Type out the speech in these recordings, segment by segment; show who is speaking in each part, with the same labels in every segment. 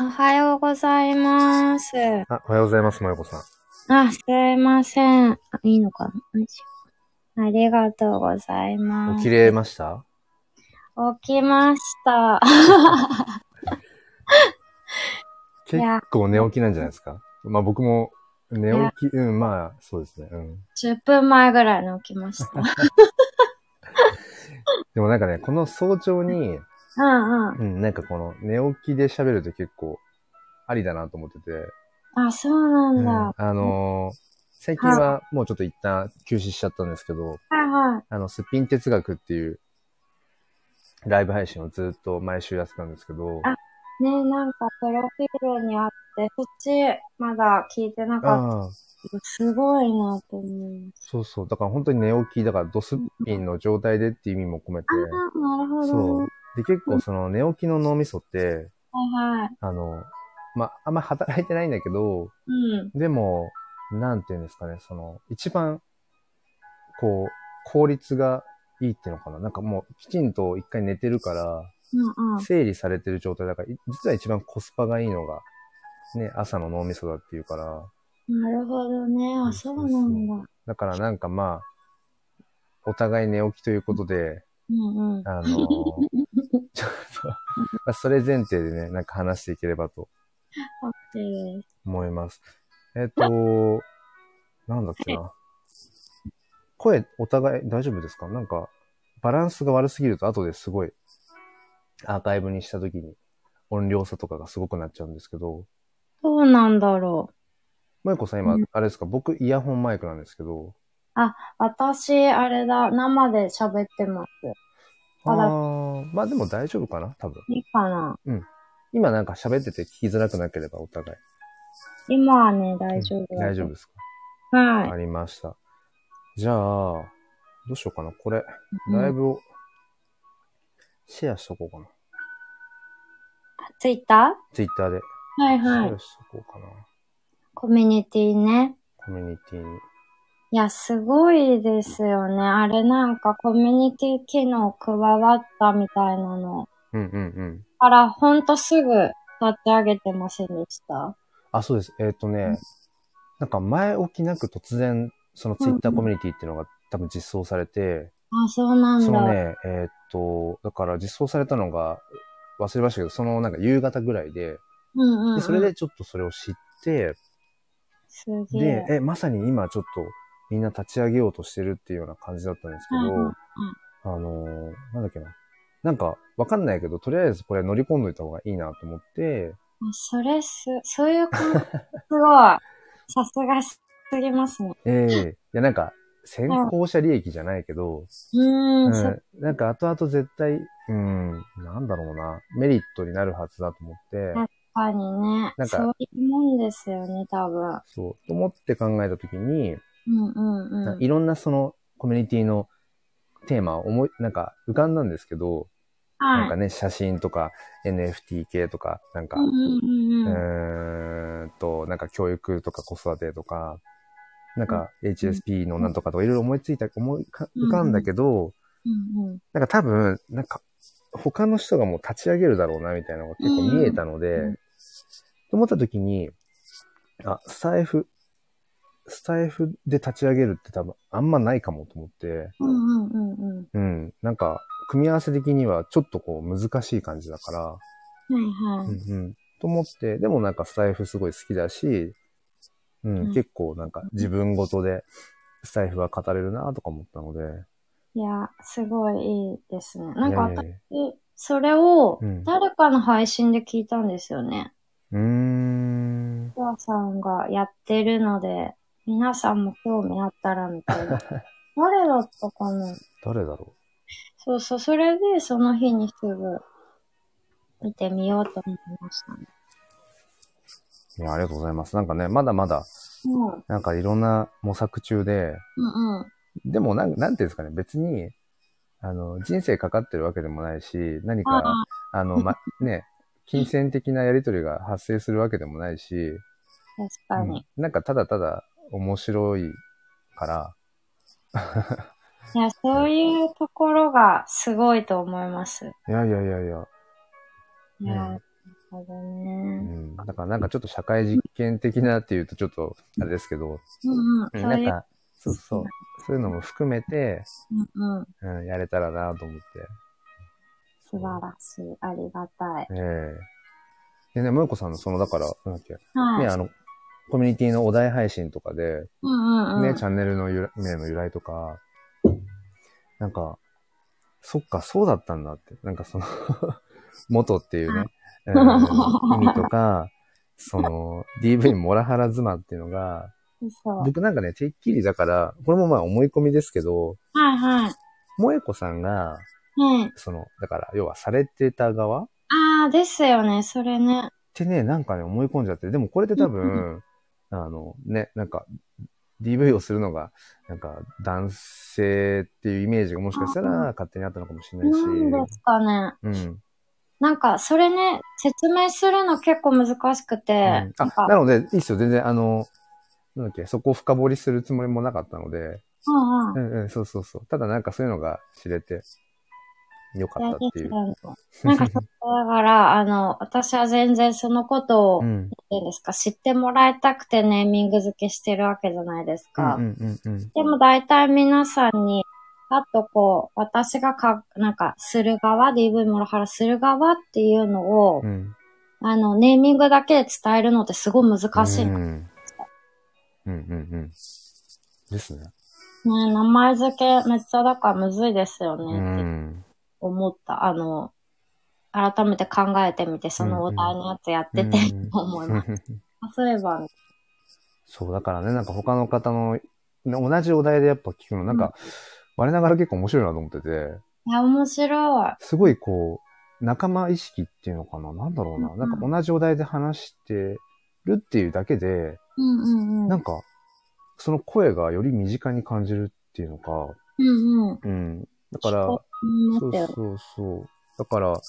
Speaker 1: おはようございます。
Speaker 2: あ、おはようございます、まよこさん。
Speaker 1: あ、すいません。あいいのかなよいしょありがとうございます。
Speaker 2: 起きれました
Speaker 1: 起きました。 い
Speaker 2: 結
Speaker 1: や
Speaker 2: 構寝起きなんじゃないですかまあ僕も寝起き、うん、まあそうですね。うん。
Speaker 1: 10分前ぐらいに起きました。
Speaker 2: でもなんかね、この早朝に、
Speaker 1: うんうん。
Speaker 2: うん、なんかこの寝起きで喋ると結構ありだなと思ってて、
Speaker 1: あ、そうな
Speaker 2: うんん、
Speaker 1: だ。
Speaker 2: あのー最近はもうちょっと一旦休止しちゃったんですけど、
Speaker 1: はいはい。
Speaker 2: あの、すっぴん哲学っていうライブ配信をずっと毎週やってたんですけど、
Speaker 1: あねなんか、プロフィールにあって、そっち、まだ聞いてなかっ
Speaker 2: ああ、
Speaker 1: た。すごいなと思います。
Speaker 2: そうそう。だから本当に寝起き、だからドスッピンの状態でっていう意味も込めて、
Speaker 1: あ、なるほど
Speaker 2: そう
Speaker 1: ね。。
Speaker 2: で、結構その寝起きの脳みそって、
Speaker 1: はいはい。
Speaker 2: あの、まあ、あんま働いてないんだけど、
Speaker 1: うん。
Speaker 2: でも、なんていうんですかね、その、一番、こう、効率がいいっていうのかな。なんかもう、きちんと一回寝てるから、
Speaker 1: うんうん。
Speaker 2: 整理されてる状態だから、い実は一番コスパがいいのが、ね、朝の脳みそだっていうから、
Speaker 1: なるほどね。あ、そうなんだ。
Speaker 2: だからなんかまあ、お互い寝起きということで、
Speaker 1: うんうん。
Speaker 2: あ のーちょっと、まあそれ前提でね、なんか話していければと
Speaker 1: オッケーです。
Speaker 2: 思います。えっ、と、 なんだっけな。声、お互い大丈夫ですかなんか、バランスが悪すぎると後ですごい、アーカイブにした時に音量差とかがすごくなっちゃうんですけど、
Speaker 1: どうなんだろう。
Speaker 2: もえこさん今
Speaker 1: うん、
Speaker 2: あれですか、僕イヤホンマイクなんですけど、
Speaker 1: 私、あれだ、生で喋ってます。
Speaker 2: あ
Speaker 1: あら
Speaker 2: ーまあでも大丈夫かな多分。
Speaker 1: いいかな
Speaker 2: 今なんか喋ってて聞きづらくなければお互い。
Speaker 1: 今はね、大丈夫。
Speaker 2: 大丈夫ですか
Speaker 1: 夫。はい。
Speaker 2: ありました。じゃあ、どうしようかな。これ、
Speaker 1: うん
Speaker 2: ライブをシェアしとこうかな。
Speaker 1: ツイッタ
Speaker 2: ツイッター
Speaker 1: ー
Speaker 2: で。
Speaker 1: はい
Speaker 2: シ
Speaker 1: は
Speaker 2: ェ
Speaker 1: い
Speaker 2: ア。しとこうかな。
Speaker 1: コミュニティね。
Speaker 2: コミュニティに。
Speaker 1: いや、すごいですよね。あれなんかコミュニティ機能加わったみたいなの。
Speaker 2: うんうんうん。
Speaker 1: から、ほんとすぐ立ち上げてませんでした。
Speaker 2: あ、そうです。えっ、とね、なんか前置きなく突然、そのツイッターコミュニティっていうのが多分実装されて、
Speaker 1: あ、そうなんだ。
Speaker 2: そのね、えっ、と、だから実装されたのが忘れましたけど、そのなんか夕方ぐらいで、
Speaker 1: うんうん、う
Speaker 2: で
Speaker 1: ん。
Speaker 2: それでちょっとそれを知って、
Speaker 1: すげ
Speaker 2: で
Speaker 1: え、。
Speaker 2: え、まさに今ちょっとみんな立ち上げようとしてるっていうような感じだったんですけど、
Speaker 1: うんうんうん
Speaker 2: あのーなんだっけな。なんか、わかんないけど、とりあえずこれ乗り込んどいた方がいいなと思って、
Speaker 1: あそれす、そういう感じ、すごい。さすがすぎますね。
Speaker 2: ええいやなんか、先行者利益じゃないけど、
Speaker 1: うーん、、
Speaker 2: うん
Speaker 1: そ、
Speaker 2: なんか後々絶対、うん、なんだろうな、メリットになるはずだと思って、
Speaker 1: はい他にね
Speaker 2: なんか
Speaker 1: そういうもんですよね、多分。
Speaker 2: そう、と思って考えたときに、
Speaker 1: うんうんうん。
Speaker 2: いろんなそのコミュニティのテーマを思い、なんか浮かんだんですけど、なん
Speaker 1: は
Speaker 2: か
Speaker 1: い。
Speaker 2: ね、写真とか NFT 系とか、なんか、
Speaker 1: うんうん
Speaker 2: う
Speaker 1: うんうん。
Speaker 2: ーんと、なんか教育とか子育てとか、なんか HSP のなんとかとかいろいろ思いついた、思い浮か浮かんだけど、
Speaker 1: うんうん。
Speaker 2: なんか多分、なんか他の人がもう立ち上げるだろうなみたいなのが結構見えたので、
Speaker 1: うん
Speaker 2: と思った時に、あ、スタイフ、スタイフで立ち上げるって多分あんまないかもと思って、
Speaker 1: うんうんうんうん。
Speaker 2: うん、なんか組み合わせ的にはちょっとこう難しい感じだから、
Speaker 1: はいはい。
Speaker 2: うんうん、と思って、でもなんかスタイフすごい好きだし、うん、
Speaker 1: うん
Speaker 2: 結構なんか自分ごとでスタイフは語れるなとか思ったので。
Speaker 1: いや、すごいいいですね。なんか
Speaker 2: い
Speaker 1: 私
Speaker 2: やいやいや、
Speaker 1: それを
Speaker 2: うん
Speaker 1: 誰かの配信で聞いたんですよね。
Speaker 2: うーん。
Speaker 1: お母さんがやってるので、皆さんも興味あったらみ たいな。誰だったかな
Speaker 2: 誰だろ
Speaker 1: そうそう、それでその日にすぐ見てみようと思いましたね。
Speaker 2: ういや、ありがとうございます。なんかね、まだまだ、
Speaker 1: うん、
Speaker 2: なんかいろんな模索中で、
Speaker 1: うん、うん。
Speaker 2: でもなん、なんていうんですかね、別に、あの、人生かかってるわけでもないし、何か、
Speaker 1: あ
Speaker 2: あの、ま、ね、金銭的なやりとりが発生するわけでもないし、
Speaker 1: 確かに。
Speaker 2: うんなんかただただ面白いから、
Speaker 1: いや、そういうところがすごいと思います。
Speaker 2: いやいやいやいや。
Speaker 1: いや、ほど
Speaker 2: う
Speaker 1: ね。
Speaker 2: ん。だからなんかちょっと社会実験的なっていうとちょっとあれですけど、
Speaker 1: うんうん。
Speaker 2: う
Speaker 1: そ
Speaker 2: ん
Speaker 1: う
Speaker 2: なん
Speaker 1: いう、
Speaker 2: か、そうそう、そういうのも含めて、
Speaker 1: うんうん。
Speaker 2: うん、やれたらなと思って。
Speaker 1: 素晴らしい。ありがたい。
Speaker 2: ええでね、もよこさんのその、だから、なんだっけ、
Speaker 1: はい。
Speaker 2: ね、あの、コミュニティのお題配信とかで、
Speaker 1: うんうんうん。
Speaker 2: ね、チャンネルの由来名の由来とか、なんか、そっか、そうだったんだって。なんかその、 元っていうね、うん意味とか、その、DV モラハラ妻っていうのが、
Speaker 1: そう。
Speaker 2: 僕なんかね、てっきりだから、これもまあ思い込みですけど、
Speaker 1: はいはい。
Speaker 2: 萌子さんが、
Speaker 1: ね
Speaker 2: その、だから、要はされてた側っ
Speaker 1: ああ、ですよね。それね。
Speaker 2: てね、なんかね、思い込んじゃって、でもこれで多分、あの、ね、なんか、DV をするのが、なんか、男性っていうイメージがもしかしたら
Speaker 1: あ
Speaker 2: 勝手にあったのかもしれないし、
Speaker 1: なんですかね。
Speaker 2: うん。うん
Speaker 1: なんか、それね、説明するの結構難しくて。なん
Speaker 2: あ、
Speaker 1: か
Speaker 2: なので、いいっすよ、全然、あの、なんだっけ、そこを深掘りするつもりもなかったので、
Speaker 1: うんうん
Speaker 2: う。んうん、そうそうそう。ただなんかそういうのが知れて、よかったっていう。
Speaker 1: なんか、だから、あの、私は全然そのことを、
Speaker 2: う
Speaker 1: なん
Speaker 2: ん。
Speaker 1: ていうんですか、知ってもらいたくてネーミング付けしてるわけじゃないです
Speaker 2: う
Speaker 1: か。
Speaker 2: んうんうんうん。
Speaker 1: でも大体皆さんに、あとこう、私がか、なんか、する側、DV モラハラする側っていうのを、
Speaker 2: うん。
Speaker 1: あの、ネーミングだけで伝えるのってすごい難しいな。
Speaker 2: う
Speaker 1: ね、
Speaker 2: んうんうんうん。ですね。
Speaker 1: 名前付けめっちゃだからむずいですよ
Speaker 2: う
Speaker 1: ねって
Speaker 2: ん。
Speaker 1: 思った。あの、改めて考えてみて、そのお題のやつやってて、
Speaker 2: うん
Speaker 1: 思います。そういえば、
Speaker 2: そう、だからね、なんか他の方の、ね同じお題でやっぱ聞くの、なんか、我ながら結構面白いなと思ってて、
Speaker 1: いや、面白い。
Speaker 2: すごいこう、仲間意識っていうのかななんだろうな。
Speaker 1: うん
Speaker 2: なんか同じお題で話してるっていうだけで、
Speaker 1: うんうんうん。
Speaker 2: なんか、その声がより身近に感じるっていうのか、
Speaker 1: うんうん。
Speaker 2: うん。だから、
Speaker 1: うん、待
Speaker 2: そ
Speaker 1: っ
Speaker 2: う
Speaker 1: てよ。
Speaker 2: そうそう。だから、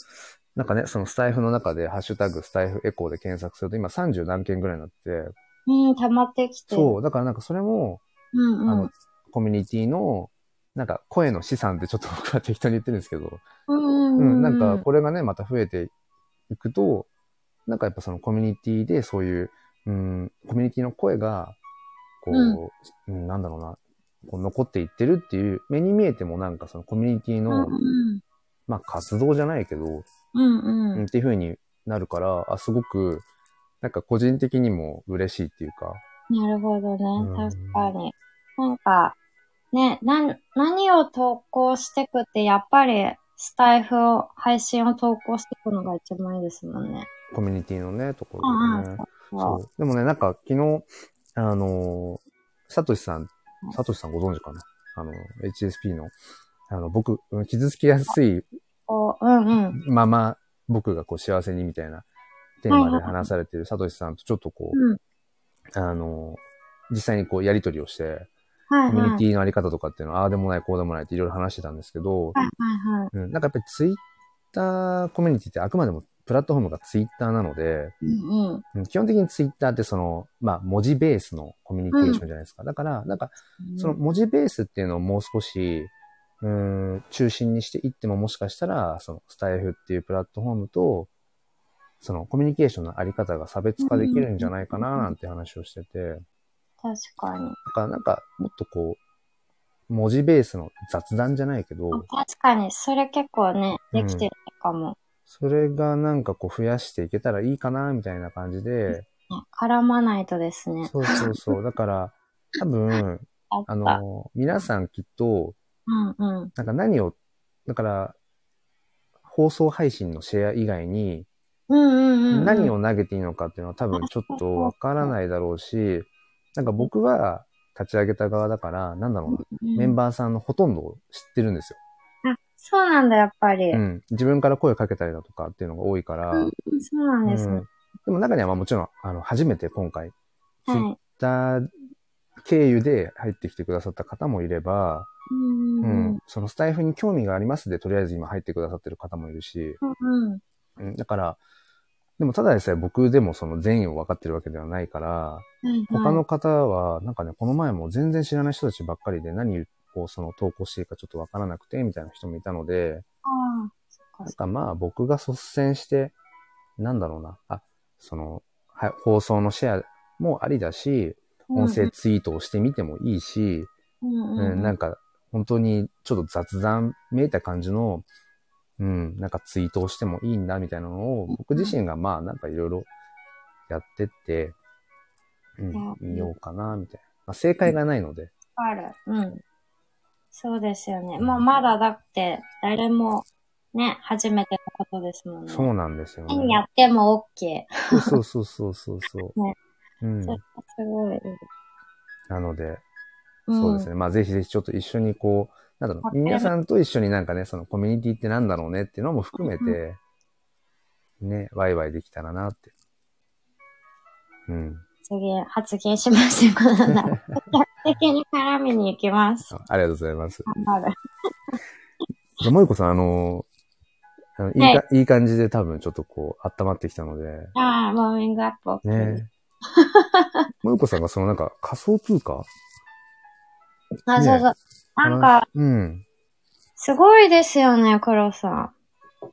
Speaker 2: なんかね、そのスタイフの中で、ハッシュタグスタイフエコーで検索すると、今30何件ぐらいになって、
Speaker 1: うん、溜まってきてる。
Speaker 2: そう、だからなんかそれも、
Speaker 1: うんうん。
Speaker 2: あの、コミュニティの、なんか声の資産ってちょっと僕は適当に言ってるんですけど、
Speaker 1: うん
Speaker 2: う、
Speaker 1: うんん。
Speaker 2: なんか、これがね、また増えていくと、なんかやっぱそのコミュニティでそういう、うん、コミュニティの声が、こう、うん、なんだろうな、こう残っていってるっていう、目に見えてもなんかそのコミュニティ
Speaker 1: うん
Speaker 2: の、
Speaker 1: うん。
Speaker 2: まあ活動じゃないけど、
Speaker 1: うん
Speaker 2: う
Speaker 1: うん
Speaker 2: っ
Speaker 1: ん。
Speaker 2: ていう風になるから、あ、すごく、なんか個人的にも嬉しいっていうか。
Speaker 1: なるほど
Speaker 2: うん
Speaker 1: ね。確かに。なんか、ね、なん、何を投稿してくって、やっぱり、スタイフを、配信を投稿していくのが一番いいですもんね。
Speaker 2: コミュニティのね、とこ
Speaker 1: うん
Speaker 2: ろ
Speaker 1: う
Speaker 2: で
Speaker 1: ん
Speaker 2: ね。。
Speaker 1: そう。
Speaker 2: そう。でもね、なんか昨日、あのー、サトシさん、サトシさんご存知かなあの、HSP の、あの、僕、うん傷つきやすい
Speaker 1: こう、うんうん。
Speaker 2: まま、僕がこう幸せにみたいなテーマで話されてるサトシさんとちょっとこ
Speaker 1: うん。
Speaker 2: う、あのー、実際にこうやりとりをして、
Speaker 1: は
Speaker 2: コ
Speaker 1: い
Speaker 2: ミュ
Speaker 1: は
Speaker 2: ニ
Speaker 1: い。
Speaker 2: ティのあり方とかっていうのは、ああでもない、こうでもないっていろいろ話してたんですけど、
Speaker 1: はいはいはい。
Speaker 2: うん、なんかやっぱりツイッターコミュニティってあくまでもプラットフォームがツイッターなので、
Speaker 1: うんうん。
Speaker 2: うん基本的にツイッターってその、まあ文字ベースのコミュニケーションじゃないですか。だから、なんかその文字ベースっていうのをもう少し、うーん、中心にしていってももしかしたら、そのスタイフっていうプラットフォームと、そのコミュニケーションのあり方が差別化できるんじゃないかななんて話をしてて、だ
Speaker 1: 確かに。
Speaker 2: からなんかもっとこう、文字ベースの雑談じゃないけど、
Speaker 1: 確かに、それ結構ね、できてるかも。
Speaker 2: それがなんかこう増やしていけたらいいかな、みたいな感じで、
Speaker 1: ね絡まないとですね。
Speaker 2: そうそうそう。だから、多分、
Speaker 1: あった。
Speaker 2: あの、皆さんきっと、
Speaker 1: うんうん。
Speaker 2: なんか何を、だから、放送配信のシェア以外に、
Speaker 1: うんうんうんうん。
Speaker 2: 何を投げていいのかっていうのは多分ちょっとわからないだろうし、なんか僕は立ち上げた側だから、なんだろうな、メン
Speaker 1: バ
Speaker 2: バーさんのほとんどを知ってるんですよ。
Speaker 1: ー。あ、そうなんだ、やっぱり。
Speaker 2: う
Speaker 1: うん
Speaker 2: ん。自分から声をかけたりだとかっていうのが多いから、
Speaker 1: そうなんです
Speaker 2: う
Speaker 1: ね
Speaker 2: ん。でも中にはまあもちろん、あの、初めて今回、ツイッ
Speaker 1: はい。
Speaker 2: ツイッター経由で入ってきてくださった方もいれば、
Speaker 1: うん
Speaker 2: う
Speaker 1: うん
Speaker 2: ん、そのスタイフに興味がありますで、とりあえず今入ってくださってる方もいるし、
Speaker 1: うん。
Speaker 2: うん、だから、でもただでさえ僕でもその善意を分かってるわけではないから、
Speaker 1: うん。
Speaker 2: 他の方はなんかね、この前も全然知らない人たちばっかりで何をその投稿していいかちょっと分からなくて、みたいな人もいたので、
Speaker 1: ああ、そっか
Speaker 2: なん
Speaker 1: そっ
Speaker 2: かまあ僕が率先して、なんだろうな。あ、その、は放送のシェアもありだし、音声ツイートをしてみてもいいし、
Speaker 1: うん
Speaker 2: う、
Speaker 1: うんん。
Speaker 2: なんか、本当にちょっと雑談めいた感じの、うん、なんかツイートをしてもいいんだみたいなのを、僕自身がまあなんかいろいろやってって、うん、見ようかな、みたいな。まあ、正解がないので、
Speaker 1: ある。うん。そうですよね。まあ、まだだって、誰も、ね、初めてのことですもんね。
Speaker 2: そうなんですよね。
Speaker 1: 何やっても OK。
Speaker 2: そうそうそうそうそ う。
Speaker 1: ね
Speaker 2: うん
Speaker 1: それ。はすごい。
Speaker 2: なので、
Speaker 1: ん
Speaker 2: そうですね。まあぜひぜひちょっと一緒にこう、なんだろ
Speaker 1: わか
Speaker 2: う、
Speaker 1: りま
Speaker 2: 皆
Speaker 1: す
Speaker 2: さんと一緒になんかね、そのコミュニティってなんだろうねっていうのも含めて、ね、ワイワイできたらなって。うん。
Speaker 1: 発言、発言しましたこと だ。客的に絡みに行きます。
Speaker 2: あありがとうございます。
Speaker 1: 頑張る。
Speaker 2: じゃあ、もゆこさん、あの、あのいいかいい感じで多分ちょっとこう、温まってきたので、
Speaker 1: ああ、ウォーミングアップ OK。
Speaker 2: ね。 もゆこさんがそのなんか仮想通貨
Speaker 1: あ、そうそう。なんか、、
Speaker 2: うん。
Speaker 1: すごいですよね、黒さん。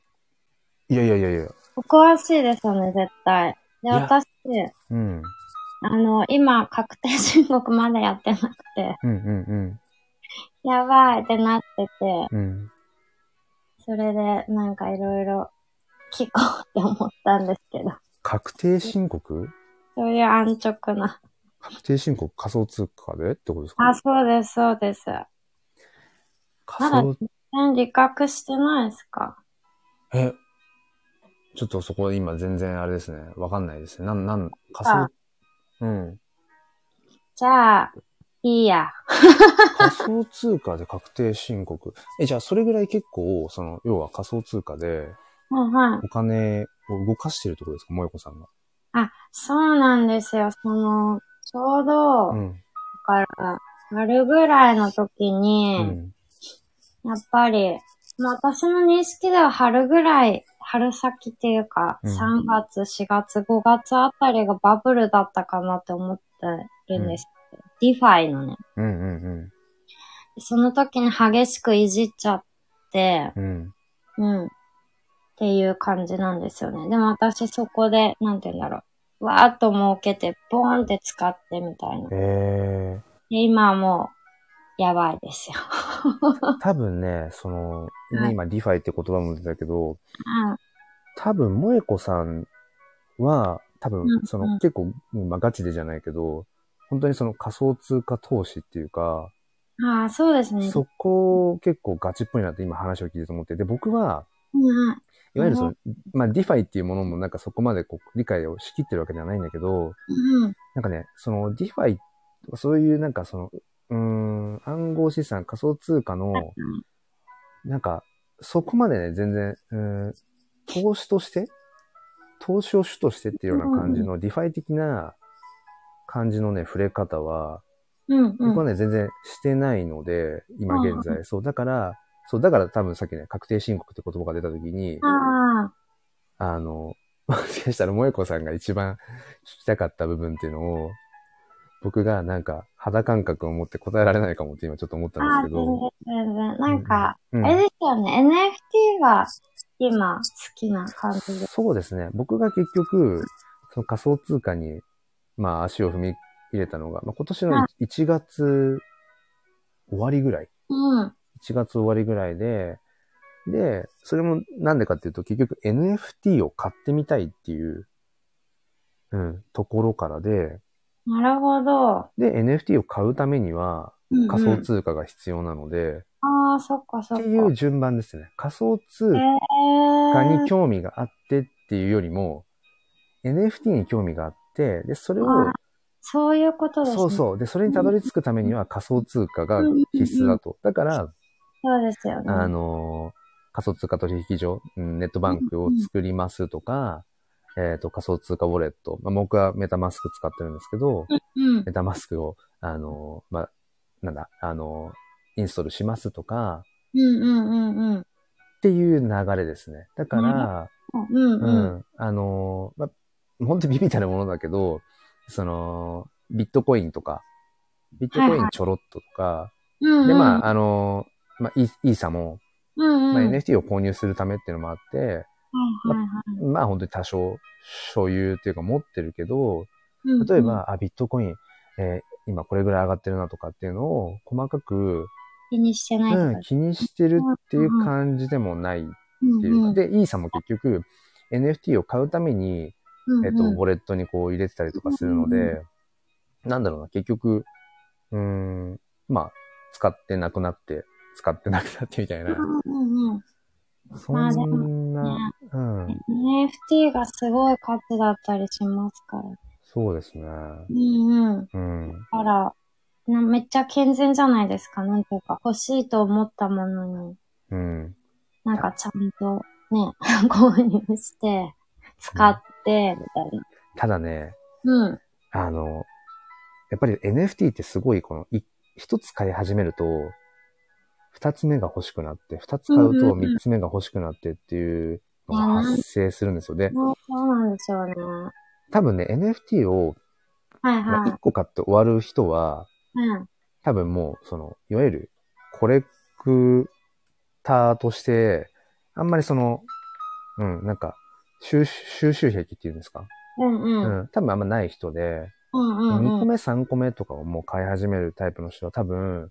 Speaker 2: いやいやいやいや、
Speaker 1: お詳しいですよね、絶対。で、
Speaker 2: いや
Speaker 1: 私、
Speaker 2: うん。
Speaker 1: あの、今、確定申告まだやってなくて、
Speaker 2: うんうん
Speaker 1: やばいってなってて、
Speaker 2: うん。うん。
Speaker 1: それで、なんかいろいろ聞こうって思ったんですけど、
Speaker 2: 確定申告
Speaker 1: そういう安直な。
Speaker 2: 確定申告仮想通貨でってことですか
Speaker 1: あ、そうです、そうです。
Speaker 2: 仮想、
Speaker 1: え理覚してないですか
Speaker 2: え、ちょっとそこ今全然あれですね。わかんないですね。なん、なん、仮想
Speaker 1: あ、
Speaker 2: うん。
Speaker 1: じゃあ、いいや。
Speaker 2: 仮想通貨で確定申告。え、じゃあそれぐらい結構、その、要は仮想通貨で、
Speaker 1: はいはい。
Speaker 2: お金を動かしてるところですか、もよこさんが。
Speaker 1: あ、そうなんですよ。その、ちょうど、
Speaker 2: うん。
Speaker 1: だから、春ぐらいの時
Speaker 2: う
Speaker 1: に、
Speaker 2: ん。
Speaker 1: やっぱり、まあ私の認識では春ぐらい、春先っていうか、
Speaker 2: うん
Speaker 1: 3月、4月、5月あたりがバブルだったかなって思ってるんですけど、ディファイのね。
Speaker 2: うんうん
Speaker 1: その時に激しくいじっちゃって、
Speaker 2: うん。うん。
Speaker 1: うん。っていう感じなんですよね。でも私そこで、なんて言うんだろう。わーっと儲けて、ボーンって使ってみたいな。で、
Speaker 2: え
Speaker 1: 今はもう、やばいですよ。
Speaker 2: ー、多分ね、その、
Speaker 1: はい
Speaker 2: 今、ディファイって言葉も出たけど、
Speaker 1: うん。
Speaker 2: 多分、もえこさんは、多分
Speaker 1: う、ん
Speaker 2: そ
Speaker 1: うん
Speaker 2: の、結構、まあ、ガチでじゃないけど、本当にその仮想通貨投資っていうか、
Speaker 1: ああ、そうですね。
Speaker 2: そこ結構ガチっぽいなって今話を聞いてて思って、で、僕は、
Speaker 1: うんうん。
Speaker 2: いわゆるその、まあ、ディファイっていうものもなんかそこまでこう理解をしきってるわけではないんだけど、
Speaker 1: うん。
Speaker 2: なんかね、そのディファイ、そういうなんかその、うーん、暗号資産、仮想通貨の、なんか、そこまでね、全然、うーん、投資として、投資を主としてっていうような感じの、ディファイ的な感じのね、触れ方は、
Speaker 1: うんうん。
Speaker 2: 僕はね、全然してないので、今現在。そう、だから、そう、だから多分さっきね、確定申告って言葉が出た時に、
Speaker 1: ああ、
Speaker 2: あの、 もしかしたら萌子さんが一番 聞きたかった部分っていうのを、僕がなんか肌感覚を持って答えられないかもって今ちょっと思った
Speaker 1: ああ
Speaker 2: んで
Speaker 1: 全
Speaker 2: すけど。
Speaker 1: 然全然。なんか、
Speaker 2: うん、
Speaker 1: あれですよね、NFT が今好きな感じで。
Speaker 2: そうですね。僕が結局、その仮想通貨に、まあ足を踏み入れたのが、まあ、今年の1月終わりぐらい
Speaker 1: うん。
Speaker 2: 1月終わりぐらいで、で、それもなんでかっていうと、結局 NFT を買ってみたいっていう、うん、ところからで、
Speaker 1: なるほど。
Speaker 2: で、NFT を買うためには
Speaker 1: うんうん
Speaker 2: 仮想通貨が必要なので、
Speaker 1: ああ、そっかそっ
Speaker 2: っ
Speaker 1: か。
Speaker 2: ていう順番ですね。仮想通
Speaker 1: え
Speaker 2: 貨に
Speaker 1: ー、
Speaker 2: 興味があってっていうよりも、NFT に興味があって、で、それを、
Speaker 1: あそういうことですね。
Speaker 2: そう
Speaker 1: う。
Speaker 2: そう、で、それにたどり着くためには仮想通貨が必須だと。だから、
Speaker 1: そうですよね。
Speaker 2: あのー仮想通貨取引所、うんネットバンクを作りますとか、えっ、と、仮想通貨ウォレット。まあ、僕はメタマスク使ってるんですけど、
Speaker 1: うん。
Speaker 2: メタマスクを、あのーまあ、なんだ、あのーインストールしますとか、
Speaker 1: うんうんうんうん。
Speaker 2: っていう流れですね。だから、
Speaker 1: うんう
Speaker 2: う
Speaker 1: ん。
Speaker 2: ん、あのーまあ、本当にビビったいなものだけど、その、ビットコインとか、ビットコインちょろっととか、
Speaker 1: うんうん。
Speaker 2: で、まあ、あのーまあ、イイーサも、
Speaker 1: うんうん。
Speaker 2: まあ、NFT を購入するためっていうのもあって、
Speaker 1: はいはいはい。
Speaker 2: まあ本当に多少所有っていうか持ってるけど、
Speaker 1: うん
Speaker 2: 例え、ば、あ、ビットコイン、えー今これぐらい上がってるなとかっていうのを細かく、
Speaker 1: 気にしてないと
Speaker 2: う
Speaker 1: か
Speaker 2: ん、気にしてるっていう感じでもないっていうか、で、イーサも結局 NFT を買うために、
Speaker 1: うんうん
Speaker 2: えっと、ウォレットにこう入れてたりとかする
Speaker 1: うん
Speaker 2: の
Speaker 1: うん
Speaker 2: で、なんだろうな、結局、うーん、まあ、使ってなくなって、使ってなくなってみたいな、
Speaker 1: うんうんうん
Speaker 2: そ
Speaker 1: まあでも
Speaker 2: んな、うん、
Speaker 1: NFT がすごい価値だったりしますから。
Speaker 2: そうですね。
Speaker 1: うんうん。
Speaker 2: うん、
Speaker 1: だから、なめっちゃ健全じゃないですか。なんていうか、欲しいと思ったものに、
Speaker 2: うん、
Speaker 1: なんかちゃんとね、 購入して、使って、みたいな。
Speaker 2: ただね、
Speaker 1: うん。
Speaker 2: あの、やっぱり NFT ってすごいこの、い一つ買い始めると、二つ目が欲しくなって、二つ買う
Speaker 1: うん
Speaker 2: と
Speaker 1: うんうん
Speaker 2: 三つ目が欲しくなってっていうのが発生するんですよ。で、
Speaker 1: そうそうなんでしょうね。
Speaker 2: 多分ね、NFT を
Speaker 1: はい
Speaker 2: まあ
Speaker 1: はい
Speaker 2: 一。個買って終わる人は、
Speaker 1: うん。
Speaker 2: 多分もう、その、いわゆる、コレクターとして、あんまりその、うん、なんか、収集収集癖っていうんですか、
Speaker 1: うんう。
Speaker 2: うんん、多分あんまない人で、
Speaker 1: うん
Speaker 2: 二
Speaker 1: うん
Speaker 2: 2
Speaker 1: う
Speaker 2: 個
Speaker 1: ん。
Speaker 2: 目、3個目とかをもう買い始めるタイプの人は多分、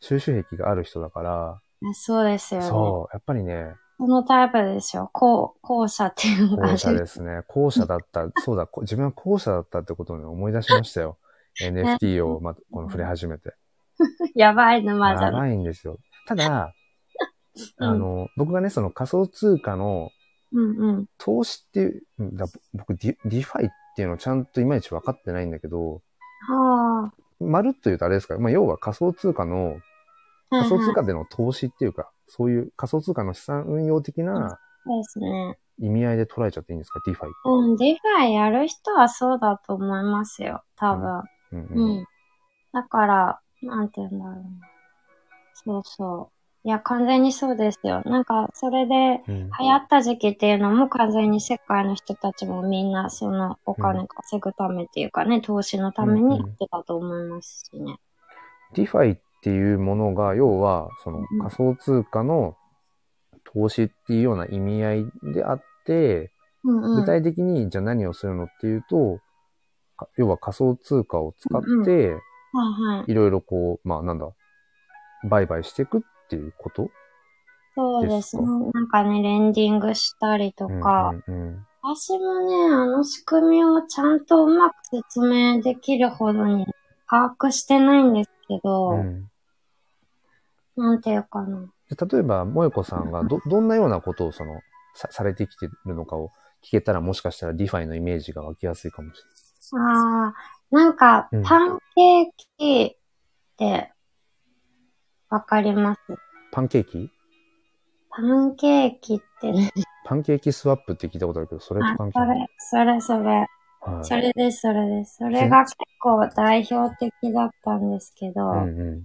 Speaker 2: 収集癖がある人だから、
Speaker 1: そうですよね。そ
Speaker 2: そう、やっぱりね、
Speaker 1: のタイプでしょ。後、後者っていうのがあ
Speaker 2: 後
Speaker 1: る。
Speaker 2: 者ですね。後者だった、そうだ、こ自分は後者だったってことをね、思い出しまし たよ。NFT を、ま、この触れ始めて。
Speaker 1: やばい沼じゃ
Speaker 2: や
Speaker 1: ない。
Speaker 2: ばいんですよ。ただ、
Speaker 1: うん
Speaker 2: あの、僕がね、その仮想通貨の
Speaker 1: うんうん。
Speaker 2: 投資っていう、うんだ僕ディ、ディファイっていうのちゃんといまいち分かってないんだけど、
Speaker 1: は
Speaker 2: まるっと言うとあれですから、まあ、要は仮想通貨の
Speaker 1: あ。
Speaker 2: 仮想通
Speaker 1: はいはい
Speaker 2: 貨での投資っていうか、そういう仮想通貨の資産運用的な
Speaker 1: そうですね。
Speaker 2: 意味合いで捉えちゃっていいんですか、ディファイ。
Speaker 1: うん、ディファイやる人はそうだと思いますよ、多分。
Speaker 2: うん
Speaker 1: う
Speaker 2: うん
Speaker 1: ん。だから、なんて言うんだろうな。そうそう。いや、完全にそうですよ。なんか、それで
Speaker 2: うん
Speaker 1: 流行った時期っていうのも完全に世界の人たちもみんなそのお金稼ぐためっていうかね、投資のためにやってたと思いますしね。
Speaker 2: ディファイっていうものが、要はその仮想通貨の投資っていうような意味合いであって、
Speaker 1: うんうん。
Speaker 2: 具体的にじゃあ何をするのっていうと、か要は仮想通貨を使っ
Speaker 1: うん
Speaker 2: て、
Speaker 1: はいはい。
Speaker 2: いろいろこう、まあなんだ、売買していくっていうこと
Speaker 1: そうですね。なんかね、レンディングしたりとか、
Speaker 2: うんうんうん
Speaker 1: 私もね、あの仕組みをちゃんとうまく説明できるほどに把握してないんですけど、
Speaker 2: うん
Speaker 1: なんていうかな。
Speaker 2: で例えば、萌子さんがど、どんなようなことをその、さ、されてきてるのかを聞けたら、もしかしたらディファイのイメージが湧きやすいかもし
Speaker 1: あーなんか
Speaker 2: うん、
Speaker 1: パンケーキって、わかります。
Speaker 2: れない。パンケーキ
Speaker 1: パンケーキってね、
Speaker 2: パンケーキスワップって聞いたことあるけど、それと
Speaker 1: あ
Speaker 2: 関係
Speaker 1: そ
Speaker 2: ない。
Speaker 1: れ、それ、それ、
Speaker 2: はい。
Speaker 1: それです、それです。それが結構代表的だったんですけど、
Speaker 2: うんう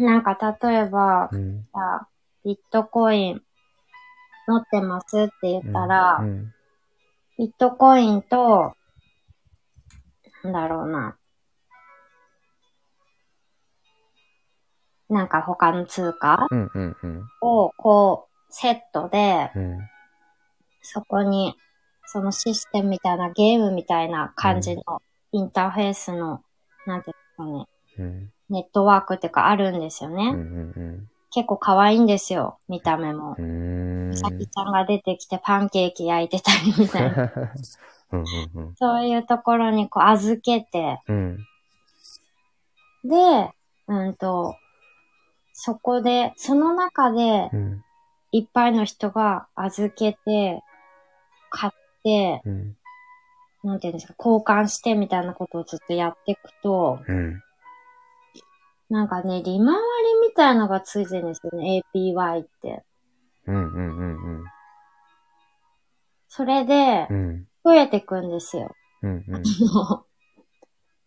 Speaker 1: なんか例えば
Speaker 2: ん。う、ん。
Speaker 1: じゃあビットコイン持ってますって言ったら、
Speaker 2: うん
Speaker 1: ビットコインと、なんだろうな。なんか他の通貨
Speaker 2: うんうんうん。
Speaker 1: をこうセットで、
Speaker 2: うん。
Speaker 1: そこにそのシステムみたいなゲームみたいな感じのインターフェースの、なんていうんですかね、
Speaker 2: うん。
Speaker 1: ネットワークっていうかあるんですよ
Speaker 2: う
Speaker 1: ね。
Speaker 2: ん。
Speaker 1: 結構可愛いんですよ、見た目も
Speaker 2: うん。う。ん。うーん。
Speaker 1: さきちゃんが出てきてパンケーキ焼いてたりみたい な。
Speaker 2: うんうん
Speaker 1: そういうところにこう預けて、
Speaker 2: うん。うん。
Speaker 1: で、うんと、そこで、その中で
Speaker 2: う、ん。
Speaker 1: いっぱいの人が預けて、買って、
Speaker 2: うん。
Speaker 1: なんていうんですか、交換してみたいなことをずっとやっていくと、
Speaker 2: うん。
Speaker 1: なんかね、利回りみたいのがついてるんですよね、APY って。
Speaker 2: うんうんうん
Speaker 1: それで
Speaker 2: うん。う、ん。
Speaker 1: 増えていくんですよ、
Speaker 2: うんうん。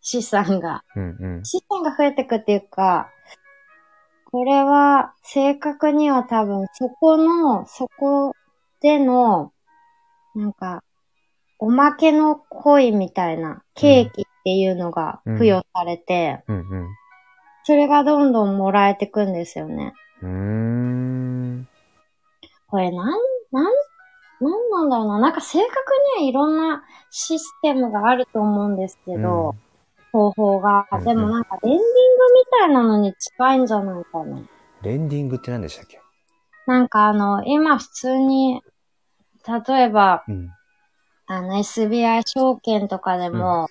Speaker 1: 資産が。
Speaker 2: うんうん。
Speaker 1: 資産が増えていくっていうか、これは正確には多分そこの、そこでの、なんか、おまけの恋みたいなケーキっていうのが付与されて、
Speaker 2: うんうん。
Speaker 1: それがどんどんもらえてくんですよね。
Speaker 2: うーん。
Speaker 1: これなん、なん、なんなんだろうな。なんか正確にはいろんなシステムがあると思うんですけど、
Speaker 2: うん
Speaker 1: 方法が
Speaker 2: うんう。ん
Speaker 1: でもなんかエンディングみたいなのに近いんじゃないかな。
Speaker 2: レンディングって何でしたっけ
Speaker 1: なんかあの、今普通に、例えば、
Speaker 2: うん。
Speaker 1: あの SBI 証券とかでも、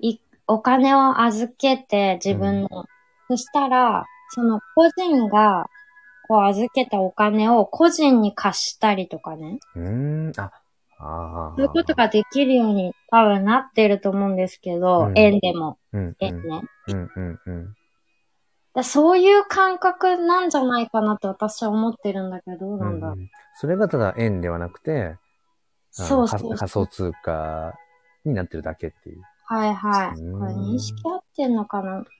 Speaker 1: いお金を預けて自分の、そしたら、その個人が、こう預けたお金を個人に貸したりとかね。
Speaker 2: うーん、あ、ああ。
Speaker 1: そういうことができるように多分なってると思うんですけど、
Speaker 2: うん
Speaker 1: 円でも、
Speaker 2: うん、う
Speaker 1: 円ね。
Speaker 2: ん、うん、うん、うん。
Speaker 1: だそういう感覚なんじゃないかなって私は思ってるんだけど、どうなんだろう。
Speaker 2: うんそれがただ円ではなくて、あの
Speaker 1: そうそう
Speaker 2: 仮
Speaker 1: そう
Speaker 2: 仮想通貨になってるだけっていう。
Speaker 1: はいはい。
Speaker 2: うん
Speaker 1: これ認識合ってんのかなって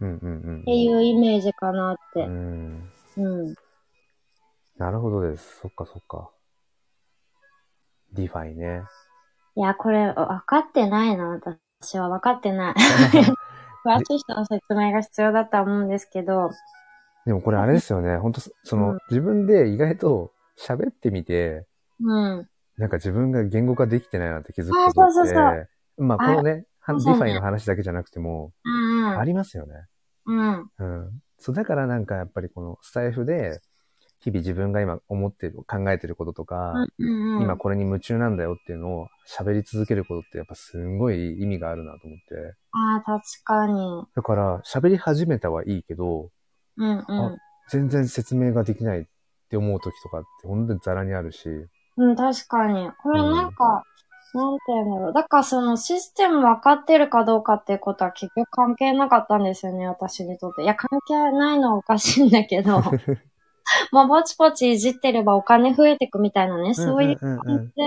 Speaker 2: うんうんうん。っ
Speaker 1: いうイメージかなって。
Speaker 2: うん。
Speaker 1: うん。
Speaker 2: なるほどです。そっかそっか。ディファイね。
Speaker 1: いや、これ分かって ないな、私は分かってない。詳しい人の説明が必要だとは思うんですけど、
Speaker 2: でもこれあれですよね。本当そ
Speaker 1: う
Speaker 2: の、
Speaker 1: ん
Speaker 2: 自分で意外と喋ってみて、
Speaker 1: うん。
Speaker 2: なんか自分が言語化できてないなって気づく
Speaker 1: あ
Speaker 2: ことって。
Speaker 1: そうそうそう
Speaker 2: まあこのね、
Speaker 1: そ
Speaker 2: はデ
Speaker 1: うそう
Speaker 2: ィファイの話だけじゃなくても、
Speaker 1: うん
Speaker 2: ありますよね。
Speaker 1: うん。うん。
Speaker 2: うん。そう、だからなんかやっぱりこのスタイフで、日々自分が今思ってる、考えてることとか、
Speaker 1: うん。うん
Speaker 2: 今これに夢中なんだよっていうのを喋り続けることってやっぱすんごい意味があるなと思って。
Speaker 1: ああ、確かに。
Speaker 2: だから喋り始めたはいいけど、
Speaker 1: うんうん
Speaker 2: あ。全然説明ができないって思う時とかって本当にザラにあるし。
Speaker 1: うん、確かに。これなんか、なんて言うんだろう。だからそのシステム分かってるかどうかっていうことは結局関係なかったんですよね、私にとって。いや、関係ないのはおかしいんだけど。まあ、ぼちぼちいじってればお金増えてくみたいなね、そういう
Speaker 2: うんうんうんう
Speaker 1: 感
Speaker 2: ん
Speaker 1: じで、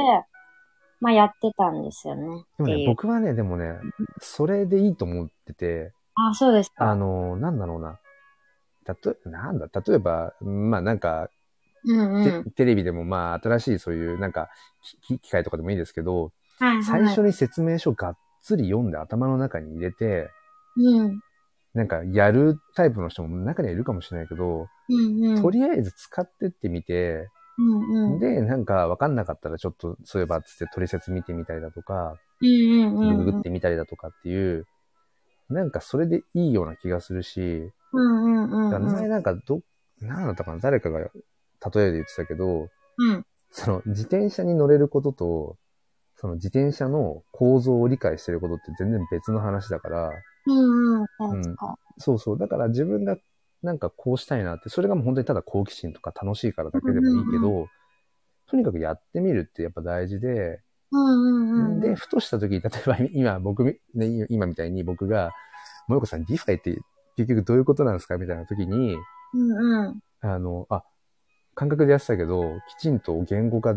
Speaker 1: まあやってたんですよね。
Speaker 2: でも
Speaker 1: って
Speaker 2: ね、
Speaker 1: いう
Speaker 2: 僕はね、でもね、それでいいと思ってて、
Speaker 1: あ、そうです
Speaker 2: あ
Speaker 1: か。
Speaker 2: の、なんだろうな。たと、なんだ、例えば、まあなんか、
Speaker 1: うんうん。
Speaker 2: て
Speaker 1: はい
Speaker 2: テレビでもまあ新しいそういうなんかき機械とかでもいいですけど、
Speaker 1: はい。
Speaker 2: 最初に説明書がっつり読んで頭の中に入れて、
Speaker 1: うん。
Speaker 2: なんかやるタイプの人も中にはいるかもしれないけど、
Speaker 1: うんうん。
Speaker 2: とりあえず使ってってみて、
Speaker 1: うんうん。
Speaker 2: で、なんかわかんなかったらちょっとそういえばっつって取説見てみたりだとか、
Speaker 1: うんうんうん。
Speaker 2: ググってみたりだとかっていう、なんかそれでいいような気がするし、
Speaker 1: うんうんうん
Speaker 2: だから
Speaker 1: うん
Speaker 2: 前。なんかど、なんだったかな、誰かが例えで言ってたけど、
Speaker 1: うん。
Speaker 2: その自転車に乗れることと、その自転車の構造を理解してることって全然別の話だから、
Speaker 1: うんうん。確か。
Speaker 2: そうそう。だから自分がなんかこうしたいなって、それがもう本当にただ好奇心とか楽しいからだけでもいいけど、とにかくやってみるってやっぱ大事で、
Speaker 1: うんうんうん。
Speaker 2: で、ふとした時に、例えば 今僕み、ね、今みたいに僕が、もよこさん、ディファイって結局どういうことなんですかみたいな時に、
Speaker 1: うんうん。
Speaker 2: あの、あ、感覚でやってたけど、きちんと言語化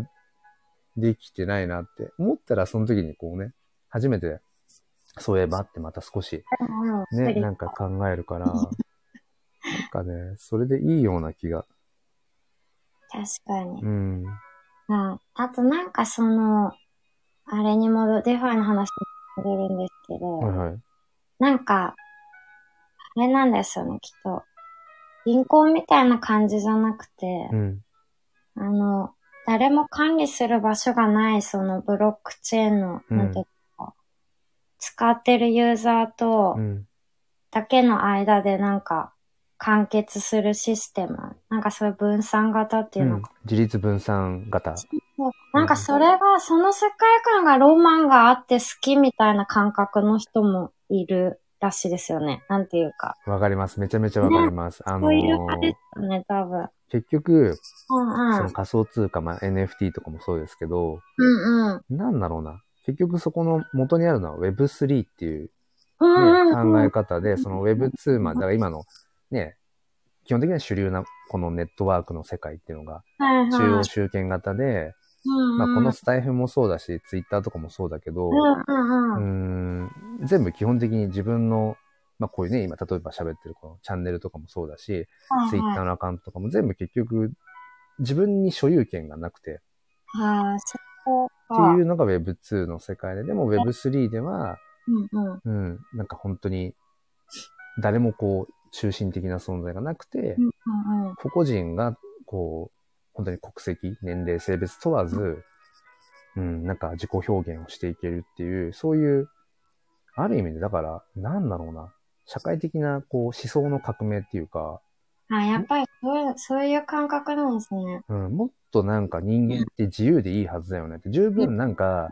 Speaker 2: できてないなって思ったら、その時にこうね、初めて、そういえばってまた少し
Speaker 1: うんう
Speaker 2: ね、
Speaker 1: ん。
Speaker 2: なんか考えるから、なんかね、それでいいような気が。
Speaker 1: 確かに
Speaker 2: う。ん。
Speaker 1: うん。あとなんかその、あれに戻る、デファイの話に戻るんですけど、
Speaker 2: はいはい。
Speaker 1: なんか、あれなんですよね、きっと。銀行みたいな感じじゃなくて、
Speaker 2: うん。
Speaker 1: あの、誰も管理する場所がない、そのブロックチェーンの、
Speaker 2: うん
Speaker 1: なんていうか、使ってるユーザーと
Speaker 2: う、ん。
Speaker 1: だけの間でなんか、完結するシステム。なんかそういう分散型っていうのかな
Speaker 2: うん自立分散型。
Speaker 1: そうなんかそれが、その世界観がロマンがあって好きみたいな感覚の人もいるらしいですよね。なんていうか。
Speaker 2: わかります。めちゃめちゃわかります。あ
Speaker 1: そ
Speaker 2: の
Speaker 1: う
Speaker 2: ー
Speaker 1: いうあれですよね、多分。
Speaker 2: 結局、
Speaker 1: うん
Speaker 2: そうの
Speaker 1: ん。
Speaker 2: 仮想通貨、まあ、NFT とかもそうですけど、
Speaker 1: うんうん。
Speaker 2: なんだろうな。結局そこの元にあるのは Web3 っていう
Speaker 1: うん
Speaker 2: ね、
Speaker 1: うん
Speaker 2: 考
Speaker 1: う
Speaker 2: え
Speaker 1: ん。
Speaker 2: 方で、その Web2 まで、だから今のね、基本的には主流なこのネットワークの世界っていうのが
Speaker 1: はい
Speaker 2: 中
Speaker 1: は
Speaker 2: 央
Speaker 1: い。
Speaker 2: 集権型で、
Speaker 1: うんうん
Speaker 2: まあこのスタイフもそうだし、ツイッターとかもそうだけど、
Speaker 1: うん
Speaker 2: う
Speaker 1: うんうん。
Speaker 2: ん、全部基本的に自分の、まあこういうね、今例えば喋ってるこのチャンネルとかもそうだし、ツイッターのアカウントとかも全部結局自分に所有権がなくて、
Speaker 1: はい、そこ
Speaker 2: っ
Speaker 1: が。
Speaker 2: ていうのが Web2 の世界で、でも Web3 では、
Speaker 1: うんうん。
Speaker 2: うん、なんか本当に、誰もこう、中心的な存在がなくて、
Speaker 1: うんうん。
Speaker 2: 個々人がこう、本当に国籍、年齢、性別問わず、うん、なんか自己表現をしていけるっていう、そういう、ある意味で、だから、なんだろうな、社会的な、こう、思想の革命っていうか、
Speaker 1: あ、やっぱりそういう、そういう感覚なんですね。
Speaker 2: うん、もっとなんか人間って自由でいいはずだよねって、十分なんか、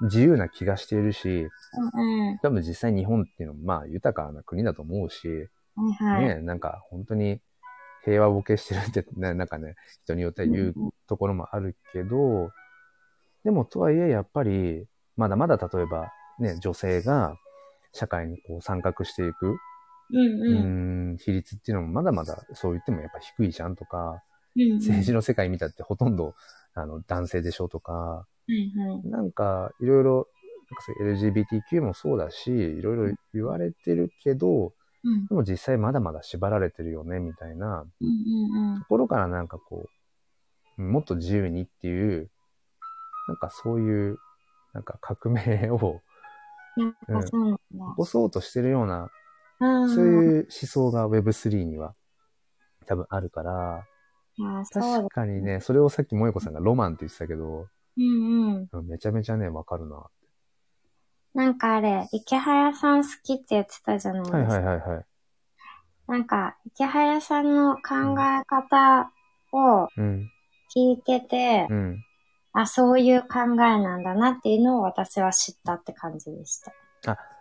Speaker 2: 自由な気がしているし、
Speaker 1: うん、うん。
Speaker 2: 多分実際日本っていうのも、まあ、豊かな国だと思うし、
Speaker 1: はいはい。
Speaker 2: ね、なんか本当に平和ボケしてるって、ね、なんかね、 人によっては言うところもあるけど、でもとはいえやっぱり、まだまだ例えば、ね、女性が社会にこう参画していく、
Speaker 1: うん
Speaker 2: う
Speaker 1: うん。
Speaker 2: ん、比率っていうのもまだまだそう言ってもやっぱ低いじゃんとか、
Speaker 1: うん、うん。
Speaker 2: 政治の世界見たってほとんどあの男性でしょとか、
Speaker 1: はいはい。
Speaker 2: なんかいろいろ、なんかそういう LGBTQ もそうだし、いろいろ言われてるけど、
Speaker 1: うん。
Speaker 2: でも実際まだまだ縛られてるよね、みたいな、
Speaker 1: うんうんうん
Speaker 2: と。ころからなんかこう、もっと自由にっていう、なんかそういう、なんか革命を
Speaker 1: やっぱそうなん
Speaker 2: 起
Speaker 1: だ。
Speaker 2: こそうとしてるような、
Speaker 1: うん。
Speaker 2: そういう思想が Web3 には多分あるから、
Speaker 1: あそうだ
Speaker 2: 確。かにね、それをさっき萌子さんがロマンって言ってたけど、
Speaker 1: うんうん。
Speaker 2: めちゃめちゃね、わかるな。は
Speaker 1: なんかあれ、池原さん好きって言ってたじゃないです
Speaker 2: い
Speaker 1: か。
Speaker 2: はいはいはい。
Speaker 1: なんか、池原さんの考え方を
Speaker 2: うん、
Speaker 1: 聞いてて、
Speaker 2: うん。
Speaker 1: あ、そういう考えなんだなっていうのを私は知ったって感じでした。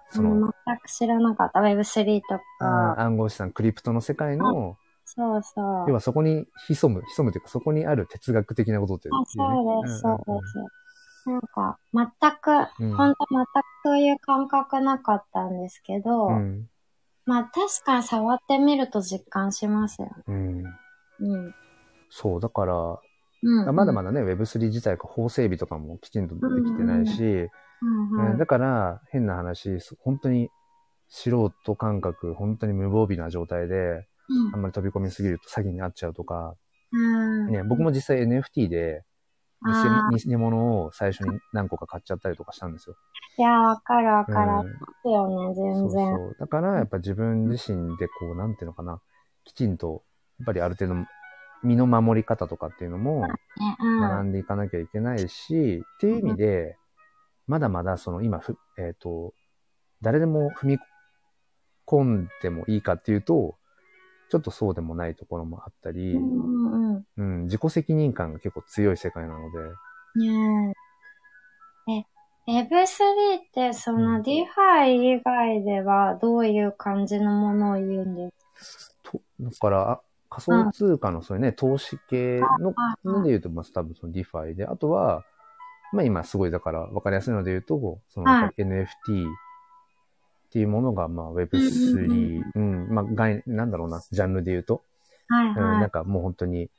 Speaker 2: その、
Speaker 1: 全く知らなかった。Web3 と
Speaker 2: あー
Speaker 1: か。
Speaker 2: 暗号資産、クリプトの世界の、
Speaker 1: そうそう。
Speaker 2: 要はそこに潜む、潜むというか、そこにある哲学的なことっていう
Speaker 1: あ
Speaker 2: ね。
Speaker 1: そうです、そうです。なんか、全く、
Speaker 2: うん
Speaker 1: 本当全くそういう感覚なかったんですけど、
Speaker 2: うんうん
Speaker 1: まあ確かに触ってみると実感しますよね。
Speaker 2: うん。
Speaker 1: うん。
Speaker 2: そう、だから、
Speaker 1: うん、
Speaker 2: まだま
Speaker 1: だ。
Speaker 2: だね、Web3 自体が法整備とかもきちんとできてないし、
Speaker 1: うん
Speaker 2: う
Speaker 1: うん
Speaker 2: んだから変な話、そ本当に素人感覚、本当に無防備な状態で、あんまり飛び込みすぎると詐欺になっちゃうとか、
Speaker 1: うん。うん
Speaker 2: ね、僕も実際 NFT で
Speaker 1: あ
Speaker 2: 偽偽物を最初に何個か買っちゃったりとかしたんですよ。
Speaker 1: いや、わかるわ
Speaker 2: う
Speaker 1: か
Speaker 2: ん
Speaker 1: る。あったよね、
Speaker 2: そう
Speaker 1: 全
Speaker 2: そ
Speaker 1: 然。
Speaker 2: う。だからやっぱ自分自身でこう、なんていうのかな、きちんと、やっぱりある程度、身の守り方とかっていうのも、
Speaker 1: ねうん。
Speaker 2: 学んでいかなきゃいけないし、っていう意味で、まだまだその今ふ、えっ、と、誰でも踏み込んでもいいかっていうと、ちょっとそうでもないところもあったり、
Speaker 1: うんうん
Speaker 2: うん、自己責任感が結構強い世界なので、
Speaker 1: うん。ねえ。Web3 って、そうの
Speaker 2: ん
Speaker 1: DeFi 以外ではどういう感じのものを言うんです
Speaker 2: とだから、あ仮想通貨のそういうね、投資系の
Speaker 1: か
Speaker 2: ので言うと、まず多分その DeFi で、あとは、まあ今すごいだから分かりやすいので言うと、その
Speaker 1: はい
Speaker 2: やっぱり NFT っていうものがま
Speaker 1: う
Speaker 2: あ
Speaker 1: んう
Speaker 2: Web3、うん、まあ概念、なんだろうな、ジャンルで言うと、
Speaker 1: はい
Speaker 2: う
Speaker 1: は
Speaker 2: ん、
Speaker 1: い。
Speaker 2: な
Speaker 1: や
Speaker 2: ん
Speaker 1: っ
Speaker 2: かもう本当に、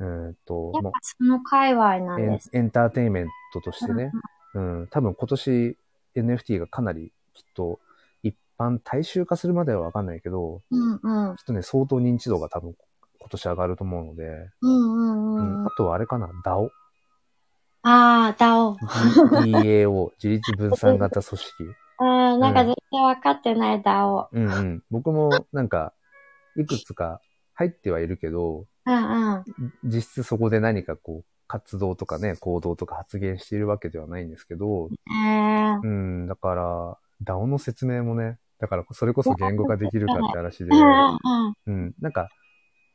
Speaker 2: うんと、
Speaker 1: ぱ
Speaker 2: も
Speaker 1: その界隈な
Speaker 2: うんエン
Speaker 1: です。
Speaker 2: エンターテインメントとしてね、うん、多分今年 NFT がかなりきっと一般大衆化するまでは分かんないけど、
Speaker 1: うんうん。
Speaker 2: きっとね、相当認知度が多分今年上がると思うので、
Speaker 1: うんう
Speaker 2: うん
Speaker 1: うんう
Speaker 2: ん、あ
Speaker 1: ん。
Speaker 2: とはあれかな、DAO。
Speaker 1: ああ、DAO。
Speaker 2: DAO、自立分散型組織。
Speaker 1: うん、なんか
Speaker 2: うん
Speaker 1: 全然わかってない DAO。
Speaker 2: うんうん。僕もなんか、いくつか入ってはいるけど、
Speaker 1: うんうん。
Speaker 2: 実質そこで何かこう、活動とかね、行動とか発言しているわけではないんですけど、
Speaker 1: え
Speaker 2: うん、だから、DAO の説明もね、だからそれこそ言語化できるかって話で
Speaker 1: ー、う、んうん。
Speaker 2: うん、なんか、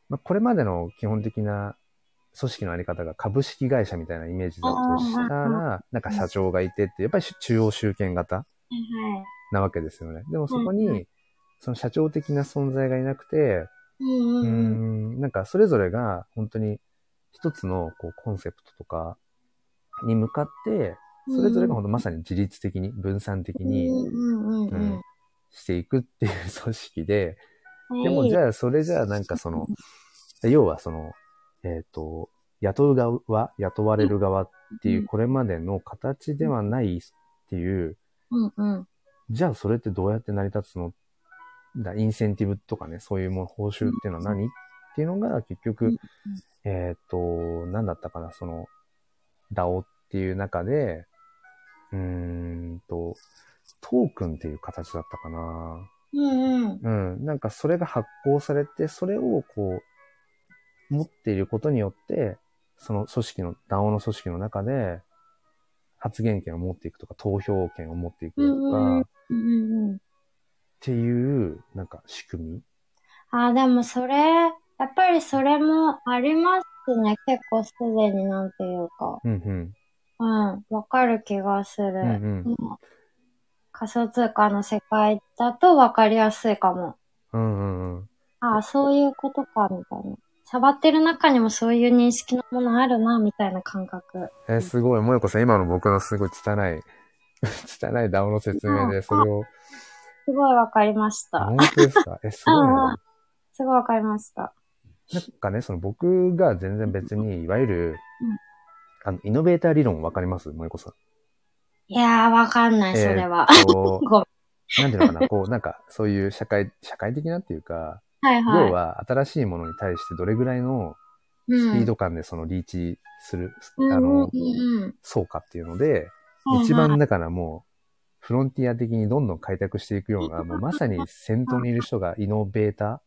Speaker 2: まあ、これまでの基本的な組織のあり方が株式会社みたいなイメージだとした
Speaker 1: うんうん
Speaker 2: ら、なんか社長がいてって、やっぱり中央集権型
Speaker 1: はい。
Speaker 2: なわけですよね。でもそこに、
Speaker 1: うんう
Speaker 2: その社長的な存在がいなくて、
Speaker 1: うん
Speaker 2: うー
Speaker 1: うん。
Speaker 2: ん、なんかそれぞれが本当に一つのこうコンセプトとかに向かって、それぞれが本当まさに自律的に、分散的に
Speaker 1: うんうんうん
Speaker 2: していくっていう 組織で、
Speaker 1: うん。
Speaker 2: でもじ
Speaker 1: あ、
Speaker 2: ゃあそれじゃあなんかその、要はその、えっ、と、雇う側、雇われる側っていううんこれまでの形ではないっていう、
Speaker 1: うんうん。
Speaker 2: じゃあそれってどうやって成り立つのだインセンティブとかね、そういうもの、報酬っていうのは何、っていうのが結局、
Speaker 1: うん
Speaker 2: えっ、と、なんだったかな、その、DAO っていう中で、うーんと、トークンっていう形だったかな。
Speaker 1: うんうん。
Speaker 2: うん。なんかそれが発行されて、それをこう、持っていることによって、その組織の、DAO の組織の中で、発言権を持っていくとか、投票権を持っていくと
Speaker 1: うんうん
Speaker 2: か、っ
Speaker 1: うんうん。
Speaker 2: ていう、なんか仕組み
Speaker 1: あ、でもそれ、やっぱりそれもありますね。結構すでになんていうか。
Speaker 2: うんうん。
Speaker 1: うん。わかる気がする。
Speaker 2: うんうん
Speaker 1: うん仮想通貨の世界だとわかりやすいかも。
Speaker 2: うんうんうん。
Speaker 1: ああ、そういうことか、みたいな。触ってる中にもそういう認識のものあるな、みたいな感覚。
Speaker 2: えーすごい。もよこさん、今の僕のすごい拙い、 拙いダウの説明で、それを、
Speaker 1: すごいわかりました
Speaker 2: 本。当です かえ、すごいな。
Speaker 1: すごいわかりました。
Speaker 2: なんかね、その僕が全然別に、いわゆる
Speaker 1: うん、
Speaker 2: あの、イノベーター理論わかりますもよこさん。
Speaker 1: いやー、わかんない、それは。
Speaker 2: こ
Speaker 1: ご
Speaker 2: う、なんていうのかな、こう、なんか、そういう社会、社会的なっていうか、
Speaker 1: めん。はいはい。
Speaker 2: 要は、新しいものに対してどれぐらいの
Speaker 1: うん、
Speaker 2: スピード感でそのリーチする、
Speaker 1: うん
Speaker 2: あ
Speaker 1: うん
Speaker 2: の
Speaker 1: う、ん
Speaker 2: そうかっていうので、
Speaker 1: うん。
Speaker 2: 一
Speaker 1: はいは
Speaker 2: 番
Speaker 1: い
Speaker 2: だからもう、フロンティア的にどんどん開拓していくような、もうまさに先頭にいる人がイノベータ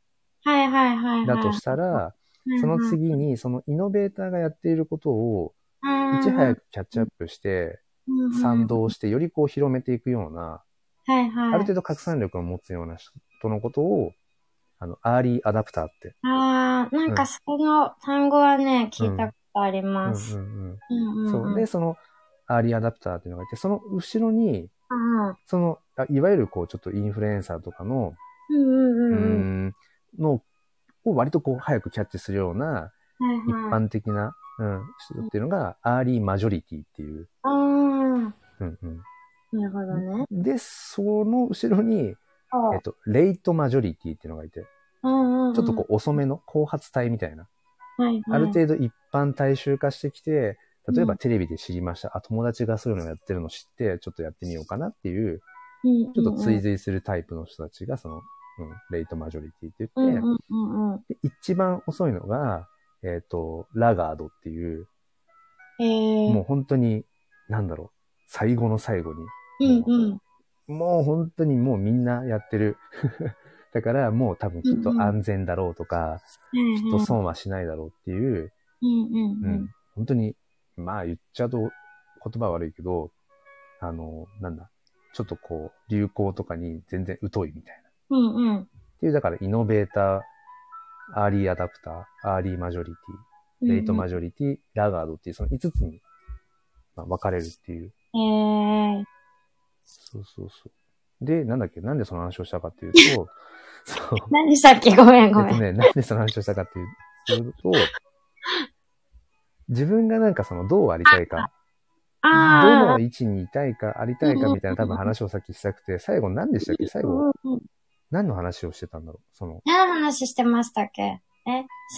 Speaker 1: はいはいはいはい。
Speaker 2: ーだとしたら、その
Speaker 1: い
Speaker 2: 次にそのイノベーターがやっていることを、いち早くキャッチアップして、賛同して、よりこう広めていくような、
Speaker 1: はいはい。
Speaker 2: ある程度拡散力を持つような人のことを、あの、アーリーアダプターって。
Speaker 1: あー、なん
Speaker 2: う
Speaker 1: か
Speaker 2: ん
Speaker 1: その単語はね、聞いたことあり
Speaker 2: うん
Speaker 1: ます。
Speaker 2: うん
Speaker 1: うん
Speaker 2: うん。
Speaker 1: ん
Speaker 2: そう。
Speaker 1: ん
Speaker 2: で、その、アーリーアダプターっていうのがいて、その後ろに、
Speaker 1: うんうん
Speaker 2: その、あいわゆるこう、ちょっとインフルエンサーとかの、
Speaker 1: うん
Speaker 2: う
Speaker 1: うんうん。
Speaker 2: んのを割とこう早くキャッチするような
Speaker 1: はい
Speaker 2: 一
Speaker 1: はい。
Speaker 2: 般的な、うん、人っていうのがアーリーマジョリティっていう。
Speaker 1: あー、
Speaker 2: うんうん
Speaker 1: なるほどね。
Speaker 2: で、その後ろに、
Speaker 1: そう
Speaker 2: えっと、レイトマジョリティっていうのがいて、
Speaker 1: うんうん
Speaker 2: ちょっとこう遅めの後発体みたいな。
Speaker 1: うん、はいはい、
Speaker 2: ある程度一般大衆化してきて、例え
Speaker 1: う
Speaker 2: ば
Speaker 1: ん
Speaker 2: テレビで知りました。あ、友達がそういうのやってるの知って、ちょっとやってみようかなっていう、
Speaker 1: 度
Speaker 2: ちょっと追随するタイプの人たちが、その、うん、レイトマジョリティって
Speaker 1: うん
Speaker 2: 言
Speaker 1: う
Speaker 2: って、
Speaker 1: んうんうん。
Speaker 2: で、一番遅いのが、えっ、と、ラガードっていう、
Speaker 1: えー、
Speaker 2: もう本当に、なんだろう、最後の最後に、
Speaker 1: うんうん。
Speaker 2: もう本当にもうみんなやってる。 だからもう多分きっと安全だろうとか、きっと損はしないだろうってい
Speaker 1: うん
Speaker 2: う、
Speaker 1: うん
Speaker 2: う
Speaker 1: うん
Speaker 2: ん、本当に、まあ言っちゃうと言葉悪いけど、あの、なんだ、ちょっとこう、流行とかに全然疎いみたい
Speaker 1: う
Speaker 2: な。
Speaker 1: んうん
Speaker 2: っていう、だからイノベーター、アーリーアダプター、アーリーマジョリティ、
Speaker 1: うん。
Speaker 2: レイトマジ
Speaker 1: ョ
Speaker 2: ョリティ、ラガードっていう、その5つに、まあ、分かれるっていう。
Speaker 1: えー、
Speaker 2: そうそうそう。で、なんだっけ、なんでその話をしたかっていうと、 そう。
Speaker 1: 何さっきごめんご
Speaker 2: えっ
Speaker 1: め
Speaker 2: と
Speaker 1: ん。
Speaker 2: ね、なんでその話をしたかっていうと、自分がなんかそのどうありたいか、ど
Speaker 1: あ
Speaker 2: の位置にいたいか、ありたいかみたいな多分話をさっきしたくて、最後何でしたっけ最
Speaker 1: ー、
Speaker 2: 後、
Speaker 1: うんうん
Speaker 2: 何の話をしてたんだろうその、
Speaker 1: 何の話してましたっけえ、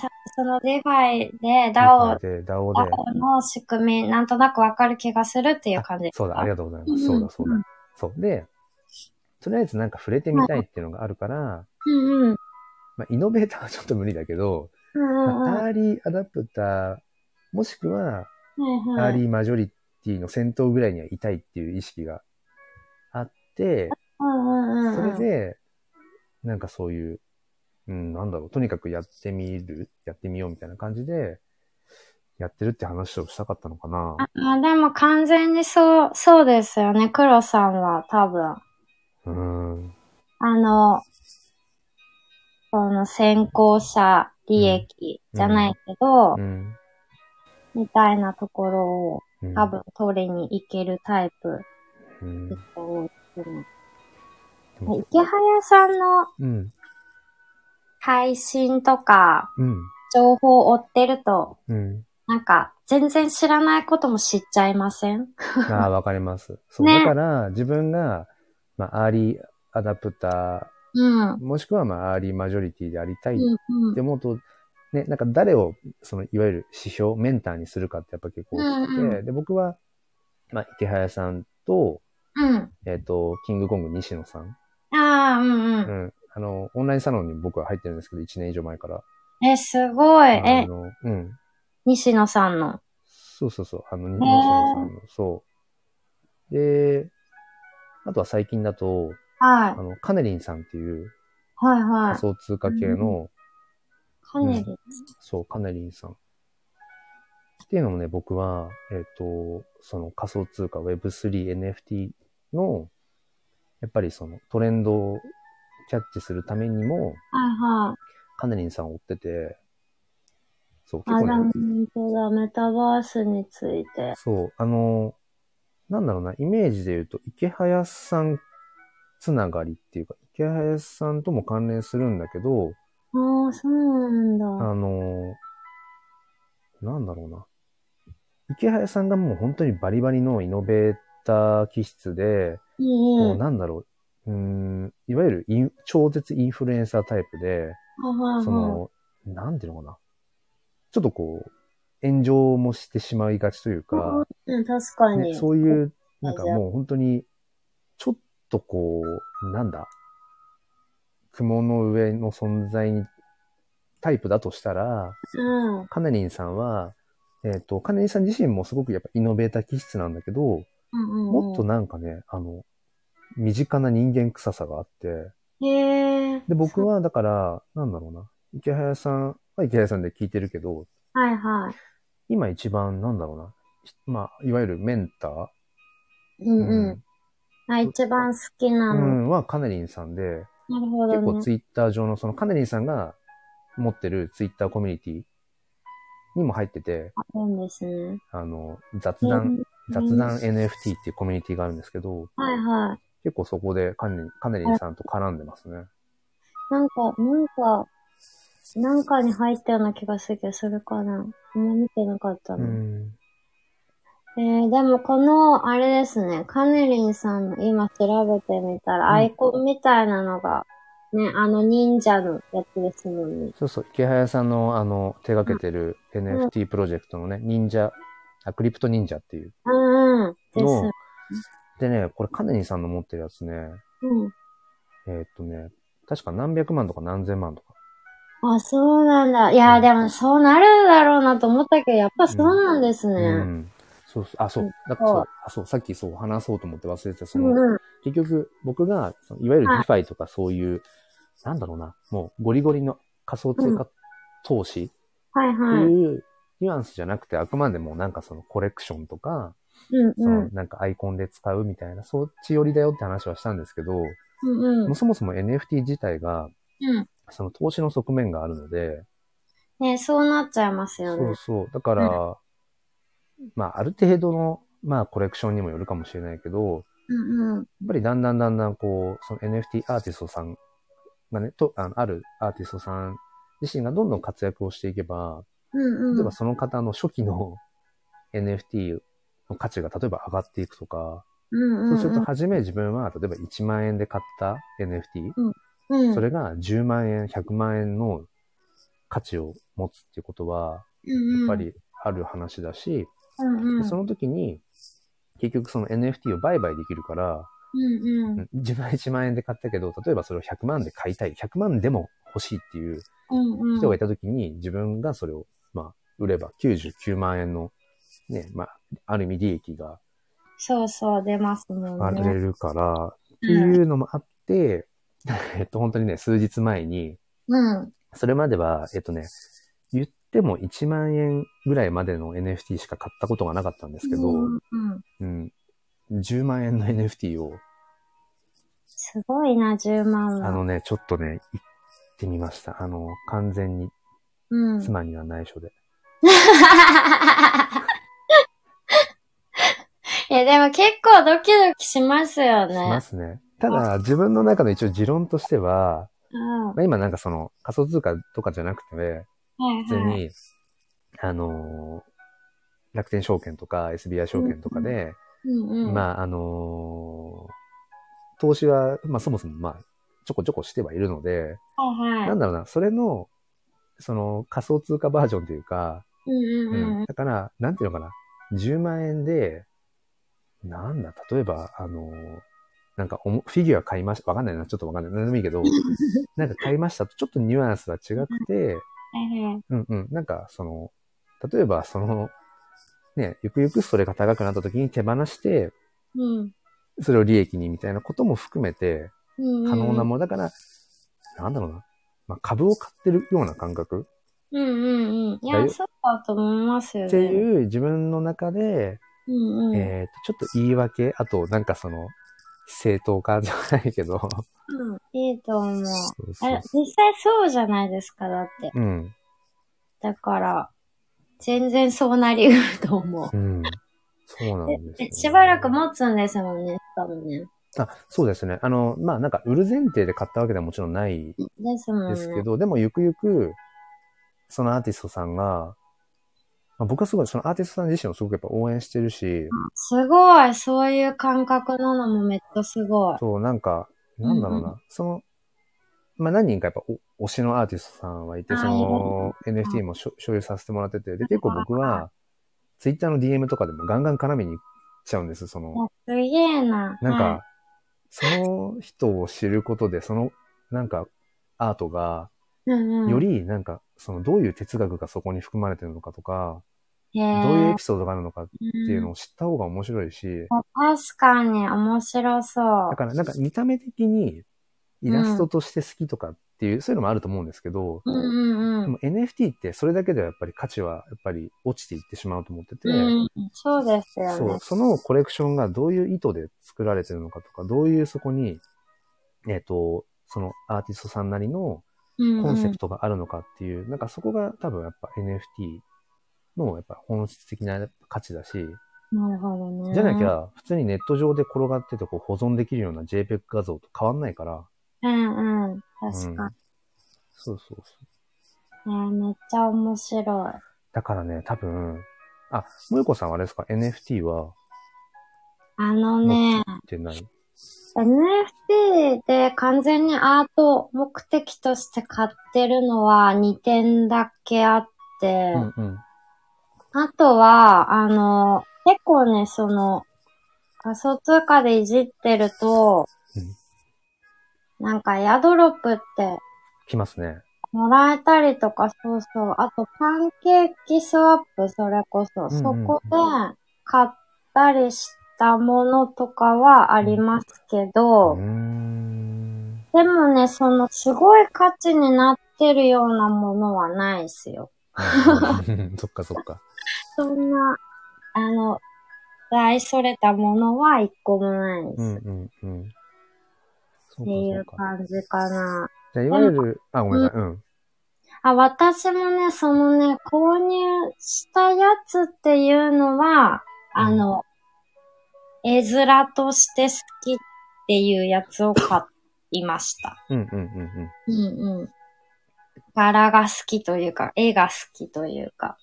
Speaker 1: さそのデファイで DAO
Speaker 2: ダオ、で、ダオで、
Speaker 1: DAO の仕組み、なんとなくわかる気がするっていう感じですか
Speaker 2: そうだ、あり
Speaker 1: が
Speaker 2: がとうございます。そうだ、そうだ。そう。で、とりあえずなんか触れてみたいっていうのがあるから、
Speaker 1: うんうん。
Speaker 2: まあ、イノベーターはちょっと無理だけど、
Speaker 1: うんうんうん。
Speaker 2: まあ
Speaker 1: は
Speaker 2: アーリーアダプター、もしくは、
Speaker 1: い
Speaker 2: ア
Speaker 1: は
Speaker 2: ー
Speaker 1: い。
Speaker 2: リーマジョリティの先頭ぐらいにはいたいっていう意識があって、
Speaker 1: うんうんうん。
Speaker 2: それ、で、なんかそういう、うん、なんだろう、とにかくやってみる、やってみようみたいな感じで、やってるって話をしたかったのかな。
Speaker 1: あでも完全にそう、そうですよね。黒さんは多分。
Speaker 2: うーん。
Speaker 1: あの、その先行者利益じゃないけど、
Speaker 2: うん。
Speaker 1: みたいなところを
Speaker 2: うん
Speaker 1: 多分取りに行けるタイプ
Speaker 2: うん。
Speaker 1: だ
Speaker 2: で
Speaker 1: と思うんです
Speaker 2: も
Speaker 1: よね。池早さんの
Speaker 2: うん。
Speaker 1: 配信とか
Speaker 2: うん。
Speaker 1: 情報を追ってると、
Speaker 2: うん。
Speaker 1: なんか全然知らないことも知っちゃいません
Speaker 2: ああ、わかります。そう。
Speaker 1: ね
Speaker 2: だから、自分が、まあ、アーリーアダプタ
Speaker 1: うん。うん
Speaker 2: ー、もしくは、まあ、アーリーマジョリティでありたいっ
Speaker 1: うん
Speaker 2: て。思うと、ね、なんか誰を、その、いわゆる指標、メンターにするかってやっぱ結構多くて、
Speaker 1: うん
Speaker 2: で、僕は、まあ、池早さんと、
Speaker 1: うん。
Speaker 2: えっ、と、キングコング西野さん。
Speaker 1: ああ、うんう。
Speaker 2: うんん。あの、オンラインサロンに僕は入ってるんですけど、1年以上前から。
Speaker 1: え、すごい。
Speaker 2: あ
Speaker 1: え、
Speaker 2: の、うん。
Speaker 1: 西野さんの。
Speaker 2: そうそうそう。あの、西野さんの、そう。で、あとは最近だと、
Speaker 1: はい
Speaker 2: あ。の、カネリンさんっていう、
Speaker 1: はいは
Speaker 2: 仮想通貨系の、
Speaker 1: カネリン
Speaker 2: そう、カネリンさん。っていうのもね、僕は、えっ、と、その仮想通貨 Web3、NFT の、やっぱりそのトレンドをキャッチするためにも、
Speaker 1: はいはい。
Speaker 2: カネリンさんを追ってて、そう、
Speaker 1: あ、
Speaker 2: 結
Speaker 1: で
Speaker 2: 構
Speaker 1: も
Speaker 2: ね、
Speaker 1: 本当だ、メタバースについて。
Speaker 2: そう、あの、なんだろうな、イメージで言うと、池林さんつながりっていうか、池林さんとも関連するんだけど、
Speaker 1: ああ、そうなんだ。
Speaker 2: あのーなんだろうな。池原さんがもう本当にバリバリのイノベーター気質で、
Speaker 1: うん
Speaker 2: も
Speaker 1: う。
Speaker 2: うんなんだろう、うーん、いわゆるイン超絶インフルエンサータイプで、
Speaker 1: はいはい
Speaker 2: そ
Speaker 1: は
Speaker 2: の、なんていうのかな。ちょっとこう、炎上もしてしまいがちというか、
Speaker 1: い。うん、確か
Speaker 2: ね、
Speaker 1: に。。
Speaker 2: そういうう、なんかもう本当に、ちょっとこう、なんだ、雲の上の存在に、タイプだとしたら、
Speaker 1: うん。うん
Speaker 2: カネリンさんは、えっ、と、カネリンさん自身もすごくやっぱイノベーター気質なんだけど、
Speaker 1: うんうん。
Speaker 2: もっとなんかね、あの、身近な人間臭さがあって、
Speaker 1: へえ。
Speaker 2: で、僕 はだから、なんだろうな、池早さんは池早さんで聞いてるけど、
Speaker 1: はいはい。
Speaker 2: 今一番なんだろうな、まあ、いわゆるメンター、
Speaker 1: うんうん。あ、一番好きな
Speaker 2: う
Speaker 1: の。
Speaker 2: んはカネリンさんで、
Speaker 1: なるほ
Speaker 2: 結構
Speaker 1: どね。
Speaker 2: ツイッター上のそのカネリンさんが持ってるツイッターコミュニティにも入ってて、
Speaker 1: あるんですね。
Speaker 2: あの、雑談、雑談 NFT っていうコミュニティがあるんですけど、
Speaker 1: はいはい。
Speaker 2: 結構そこでカネリンカネリンさんと絡んでますね。
Speaker 1: なんか、なんか、なんかに入ったような気がするけど、それかな。あんま見てなかったの。
Speaker 2: ん。
Speaker 1: えー、でもこの、あれですね、カネリンさんの今調べてみた
Speaker 2: うん
Speaker 1: ら、アイコンみたいなのが、ね、あの忍者のやつですもんね。
Speaker 2: そうそう、池早さんのあの、手掛けてる NFT プロジェクトのね、忍者、あ、クリプト忍者っていう
Speaker 1: うんうん。です。
Speaker 2: の、でね、これカネリンさんの持ってるやつね、
Speaker 1: う
Speaker 2: えーっとね、確か何百万とか何千万とか。
Speaker 1: ん。あ、そうなんだ。いや、でもそうなるだろうなと思ったけど、やっぱそうなんですね。
Speaker 2: う
Speaker 1: うん、
Speaker 2: ん。そうそう、あ、そううんだからそ
Speaker 1: そう
Speaker 2: う、あ、そう、さっきそう話そうと思って忘れてた、その、
Speaker 1: うん。
Speaker 2: 結局、僕が、そのいわゆる
Speaker 1: はい
Speaker 2: DeFi とかそういう、なんだろうな、もうゴリゴリの仮想通貨投資
Speaker 1: はい
Speaker 2: って
Speaker 1: はいい。
Speaker 2: うニュアンスじゃなくて、あくまでもなんかそのコレクションとか、
Speaker 1: うん
Speaker 2: そ
Speaker 1: うん
Speaker 2: の。なんかアイコンで使うみたいな、そっち寄りだよって話はしたんですけど、も
Speaker 1: うんう
Speaker 2: うそもそも NFT 自体が、
Speaker 1: ん。
Speaker 2: その投資の側面があるので、
Speaker 1: うん。ね、そうなっちゃいますよ
Speaker 2: そう
Speaker 1: ね。
Speaker 2: そう。だから、まあある程度の、まあコレクションにもよるかもしれないけど、
Speaker 1: うんうん。
Speaker 2: やっぱりだんだんだんだんこう、その NFT アーティストさんがね、と、あの、あるアーティストさん自身がどんどん活躍をしていけば、
Speaker 1: うん
Speaker 2: 例え
Speaker 1: うん
Speaker 2: ば。その方の初期の NFT の価値が例えば上がっていくとか、
Speaker 1: うん
Speaker 2: そううすると
Speaker 1: ん
Speaker 2: 初め自分は例えば1万円で買った NFT、
Speaker 1: うん。
Speaker 2: それが10万円、100万円の価値を持つっていうことは、
Speaker 1: うん、
Speaker 2: やっぱ
Speaker 1: うん
Speaker 2: りある話だし、
Speaker 1: うん、
Speaker 2: でその時に結局その NFT を売買できるから、
Speaker 1: うんうん。
Speaker 2: 自分は1万円で買ったけど、例えばそれを100万で買いたい、100万でも欲しいっていう
Speaker 1: うんうん。
Speaker 2: 人がいたときに、自分がそれを、まあ、売れば99万円の、ね、まあ、ある意味利益が
Speaker 1: そうそう、出ますも
Speaker 2: あ
Speaker 1: ん
Speaker 2: れ
Speaker 1: ね。
Speaker 2: るから、っていうのもあって、 えっと、本当にね、数日前に、
Speaker 1: うん。
Speaker 2: それまでは、えっとね、言っても1万円ぐらいまでの NFT しか買ったことがなかったんですけど、
Speaker 1: うんうん。
Speaker 2: うん、10万円の NFT を、
Speaker 1: すごいな、10万
Speaker 2: あ
Speaker 1: は。
Speaker 2: のね、ちょっとね、行ってみました。あの、完全に
Speaker 1: うん。
Speaker 2: 妻には内緒で。
Speaker 1: いや、でも結構ドキドキしますよね。
Speaker 2: しますね。ただ、自分の中の一応持論としては、
Speaker 1: うん。は
Speaker 2: まあ、今なんかその仮想通貨とかじゃなくて、
Speaker 1: い
Speaker 2: 普通
Speaker 1: はい。
Speaker 2: に、あのー楽天証券とか SBI 証券とかで、
Speaker 1: うんうん。
Speaker 2: まあ、あのー投資は、まあそもそもまあ、ちょこちょこしてはいるので、
Speaker 1: はいはい。
Speaker 2: なんだろうな、それの、その仮想通貨バージョンというか、
Speaker 1: うんうんうん。
Speaker 2: だから、なんていうのかな、10万円で、なんだ、例えば、あの、なんかおも、フィギュア買いました。わかんないな、ちょっとわかんない。なんでもいい けど、なんか買いましたと、ちょっとニュアンスは違くて、
Speaker 1: はいはい。
Speaker 2: うんうん、なんか、その、例えば、その、ね、ゆくゆくそれが高くなった時に手放して、
Speaker 1: うん。
Speaker 2: それを利益にみたいなことも含めて、
Speaker 1: うんうん。
Speaker 2: 可能なもの。だから、なんだろうな。まあ、株を買ってるような感覚
Speaker 1: うんうんうん。い
Speaker 2: だ
Speaker 1: や、
Speaker 2: よ
Speaker 1: そうだと思いますよね。
Speaker 2: っていう自分の中で、
Speaker 1: うんうん。
Speaker 2: えっ、と、ちょっと言い訳、あと、なんかその、正当化じゃないけど、
Speaker 1: うん、いいと思う。
Speaker 2: そう
Speaker 1: あ
Speaker 2: そうそ
Speaker 1: 実際そうじゃないですか、だって。
Speaker 2: う。うん。
Speaker 1: だから、全然そうなりうると 思う
Speaker 2: うん。そうなんですよ、
Speaker 1: え。しばらく持つんですもんね、多分ね。
Speaker 2: あ、そうですね。あの、まあ、なんか、売る前提で買ったわけではもちろんない
Speaker 1: ですもんね。
Speaker 2: ですけど、でもゆくゆく、そのアーティストさんが、まあ、僕はすごい、そのアーティストさん自身をすごくやっぱ応援してるし、
Speaker 1: すごい、そういう感覚なのもめっちゃすごい。
Speaker 2: そう、なんか、なんだろうな、
Speaker 1: う
Speaker 2: その、まあ、何人かやっぱお推しのアーティストさんはいて、
Speaker 1: あー
Speaker 2: その NFT も所所有させてもらってて、で、結構僕は、ツイッターの DM とかでもガンガン絡みに行っちゃうんです、そ
Speaker 1: いや
Speaker 2: の、
Speaker 1: すげえな。
Speaker 2: なん
Speaker 1: は
Speaker 2: か、その人を知ることで、その、なんか、アートが、
Speaker 1: い、うんうん、
Speaker 2: より、なんか、その、どういう哲学がそこに含まれてるのかとか、
Speaker 1: へ
Speaker 2: どう
Speaker 1: ー、
Speaker 2: いうエピソードがあるのかっ
Speaker 1: って
Speaker 2: ていうのを知った方が面白いし、
Speaker 1: 確かに面白そう。
Speaker 2: だからなんか見た目的にイラストとして好きとかっていう、そういうのもあると思うんですけど、
Speaker 1: うんうんう
Speaker 2: で
Speaker 1: ん
Speaker 2: も NFT ってそれだけではやっぱり価値はやっぱり落ちていってしまうと思ってて、
Speaker 1: うん。そうですよね。
Speaker 2: そう、そのコレクションがどういう意図で作られてるのかとか、どういうそこに、えっ、と、そのアーティストさんなりのコンセプトがあるのかっていう、なんかそこが多分やっぱ NFT のやっぱ本質的な価値だし、
Speaker 1: うんうん。なるほどね。
Speaker 2: じゃなき。ゃ普通にネット上で転がっててこう保存できるような JPEG 画像と変わんないから、
Speaker 1: うんうん。
Speaker 2: うん
Speaker 1: 確か
Speaker 2: そうそうそう。
Speaker 1: に。ねめっちゃ面白い。
Speaker 2: だからね、多分、あ、萌子さんはあれですか ?NFT は
Speaker 1: あのね、
Speaker 2: 持ってない。
Speaker 1: NFT で完全にアート目的として買ってるのは2点だけあって、
Speaker 2: うんうん。
Speaker 1: あとは、あの、結構ね、その、仮想通貨でいじってると、なんかエアドロップって
Speaker 2: 来ますね。
Speaker 1: もらえたりとか、そうそう。あと、パンケーキスワップ、それこそ。
Speaker 2: ん
Speaker 1: そこで買ったりしたものとかはありますけ
Speaker 2: う
Speaker 1: ど、
Speaker 2: ーん。
Speaker 1: でもね、その、すごい価値になってるようなものはないですよ。
Speaker 2: そっかそっか。
Speaker 1: そんな、あの、大それたものは一個もないです。
Speaker 2: うん
Speaker 1: っ
Speaker 2: うんうん。そう
Speaker 1: ていう
Speaker 2: かそうか。
Speaker 1: 感じかな。
Speaker 2: じゃあいわゆる、あ、ごめんなさい。うん。
Speaker 1: あ、私もね、そのね、購入したやつっていうのは、あの、絵面として好きっていうやつを買いました。
Speaker 2: うんうんうんうん。
Speaker 1: うんうん。柄が好きというか、絵が好きというか。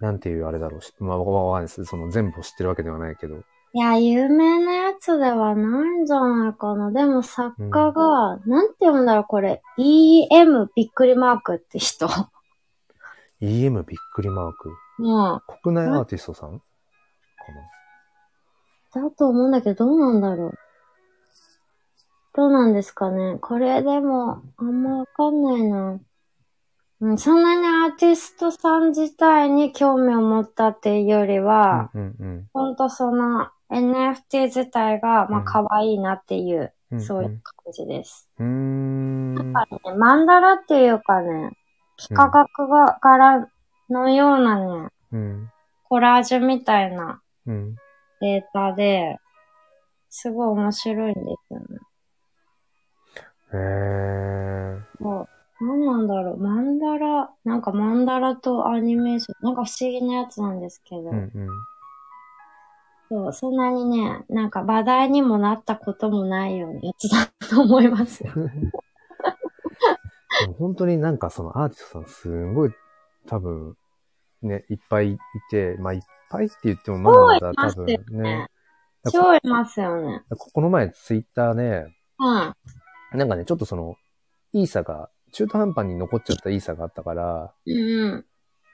Speaker 2: なんていうあれだろうし。まあ、わわわかんないです。その全部を知ってるわけではないけど。
Speaker 1: いや、有名なやつではないんじゃないかな。でも作家が、なんて読むんだろう、これ。EM びっくりマークって人。
Speaker 2: EM びっくりマーク。
Speaker 1: もう、
Speaker 2: 国内アーティストさんかな。
Speaker 1: だと思うんだけど、どうなんだろう。どうなんですかね。これでも、あんまわかんないな。うん、そんなにアーティストさん自体に興味を持ったっていうよりは、
Speaker 2: うんうん
Speaker 1: ほんとその NFT 自体が、ま
Speaker 2: う
Speaker 1: あ
Speaker 2: ん
Speaker 1: 可愛いなっていう、
Speaker 2: うん。
Speaker 1: そういう感じです。
Speaker 2: うーん。
Speaker 1: やっぱりね、マンダラっていうかね、幾何学が柄のようなね、
Speaker 2: うん。
Speaker 1: コラージュみたいな
Speaker 2: うん。
Speaker 1: データで、すごい面白いんですよね。
Speaker 2: へー。
Speaker 1: もう、何なんだろう、マンダラ、なんかマンダラとアニメーション、なんか不思議なやつなんですけど、
Speaker 2: うんうん。
Speaker 1: そうそんなにね、なんか話題にもなったこともないようなやつだと思います。
Speaker 2: でも本当になんかそのアーティストさんすごい多分ね、いっぱいいて、まあいっぱいって言ってもまだまだ多
Speaker 1: そう
Speaker 2: 分
Speaker 1: い
Speaker 2: ね。だから
Speaker 1: 超いますよね。
Speaker 2: ここの前ツイッターで、
Speaker 1: うん。
Speaker 2: なんかね、ちょっとその、イーサが、中途半端に残っちゃったイーサがあったから、
Speaker 1: うん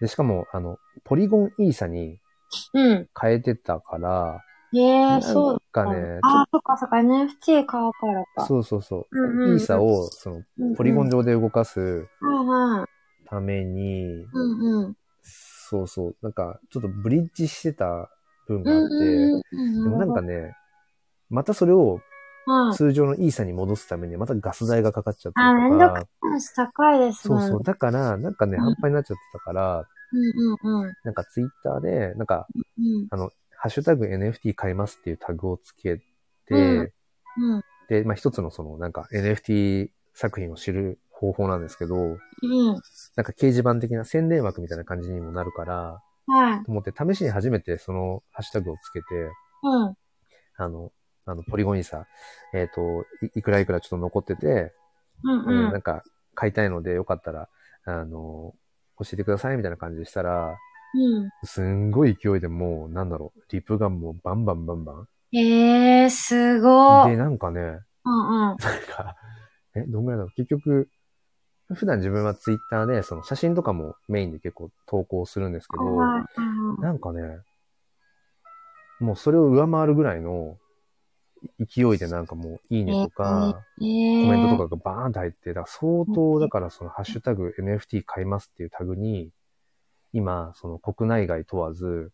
Speaker 2: で、しかも、あの、ポリゴンイーサに
Speaker 1: うん。う
Speaker 2: 変えてたから、
Speaker 1: ん。ええー、そう
Speaker 2: なんかね、
Speaker 1: ああ、そっかそっか、NFT 買うからか。
Speaker 2: そうそうそうう、
Speaker 1: んうんうん
Speaker 2: イーサを、その、ポリゴン上で動かす
Speaker 1: うんうん。はいはい。
Speaker 2: ために、
Speaker 1: うんうん。
Speaker 2: そうそう。なんか、ちょっとブリッジしてた分が
Speaker 1: う
Speaker 2: あっ
Speaker 1: ん
Speaker 2: て、
Speaker 1: うんうん。
Speaker 2: でもなんかね、またそれを
Speaker 1: はい。
Speaker 2: 通常のイーサに戻すためにまたガス代がかかっちゃった
Speaker 1: あ、め
Speaker 2: り
Speaker 1: ん
Speaker 2: と
Speaker 1: どくさ
Speaker 2: か
Speaker 1: い。話高いです
Speaker 2: そ
Speaker 1: も
Speaker 2: うん
Speaker 1: ね。
Speaker 2: そう。だから、なんかね、
Speaker 1: うん
Speaker 2: 半端になっちゃってたから、
Speaker 1: うんうんうん。
Speaker 2: なんかツイッターで、なんか、
Speaker 1: うん
Speaker 2: ハッシュタグ NFT 買いますっていうタグをつけて、
Speaker 1: うんうん
Speaker 2: で、まあ一つのその、なんか NFT 作品を知る方法なんですけど、
Speaker 1: うん。
Speaker 2: なんか掲示板的な宣伝枠みたいな感じにもなるから、
Speaker 1: はい。
Speaker 2: と思って試しに初めてそのハッシュタグをつけて、
Speaker 1: うん。
Speaker 2: あの、あの、ポリゴンにさ、えっ、とい、いくらいくらちょっと残ってて、
Speaker 1: うん
Speaker 2: うん
Speaker 1: うん。
Speaker 2: なんか買いたいのでよかったら、あの、教えてくださいみたいな感じでしたら、
Speaker 1: うん。
Speaker 2: すんごい勢いでもう、なんだろう、リプがもうバンバンバンバ
Speaker 1: ええー、すご
Speaker 2: ン。
Speaker 1: い。
Speaker 2: で、なんかね、
Speaker 1: うんうん。
Speaker 2: なんか、え、どんぐらいだろう結局、普段自分はツイッターで、その写真とかもメインで結構投稿するんですけど、
Speaker 1: はいうん
Speaker 2: なんかね、もうそれを上回るぐらいの勢いでなんかもういいねとか、
Speaker 1: ええー。
Speaker 2: コメントとかがバーンと入って、だから相当だからそのハッシュタグ NFT 買いますっていうタグに、今、その国内外問わず、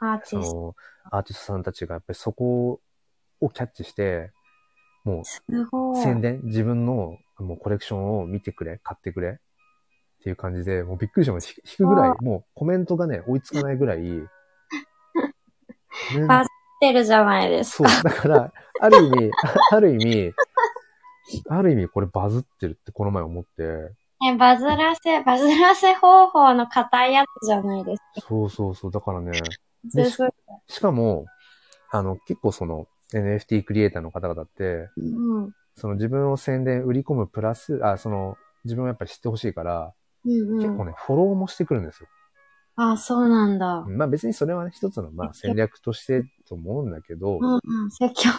Speaker 1: アーテ
Speaker 2: そ
Speaker 1: ィスト。
Speaker 2: のアーティストさんたちがやっぱりそこをキャッチして、もう
Speaker 1: すごい。
Speaker 2: 宣伝、自分のもうコレクションを見てくれ、買ってくれっていう感じで、もうびっくりしました。ひ引くぐら
Speaker 1: あ
Speaker 2: い、もうコメントがね、追いつかない ぐらい。コメン
Speaker 1: バズってるじゃないです
Speaker 2: そ
Speaker 1: か。
Speaker 2: う、だから、ある意味、ある意味、ある意味これバズってるってこの前思って、
Speaker 1: ね、バズらせ、バズらせ方法の硬いやつじゃないです
Speaker 2: そうそうそう、だからね、
Speaker 1: か。
Speaker 2: です
Speaker 1: ごい。
Speaker 2: しかも、あの、結構その NFT クリエイターの方々って、
Speaker 1: うん。うん
Speaker 2: その自分を宣伝、売り込むプラス、あ、その、自分をやっぱり知ってほしいから、
Speaker 1: うん。
Speaker 2: 結構ね、フォローもしてくるんですよ。
Speaker 1: あ、そうなんだ。
Speaker 2: まあ別にそれはね、一つのまあ戦略としてと思うんだけど、
Speaker 1: うんうん。積極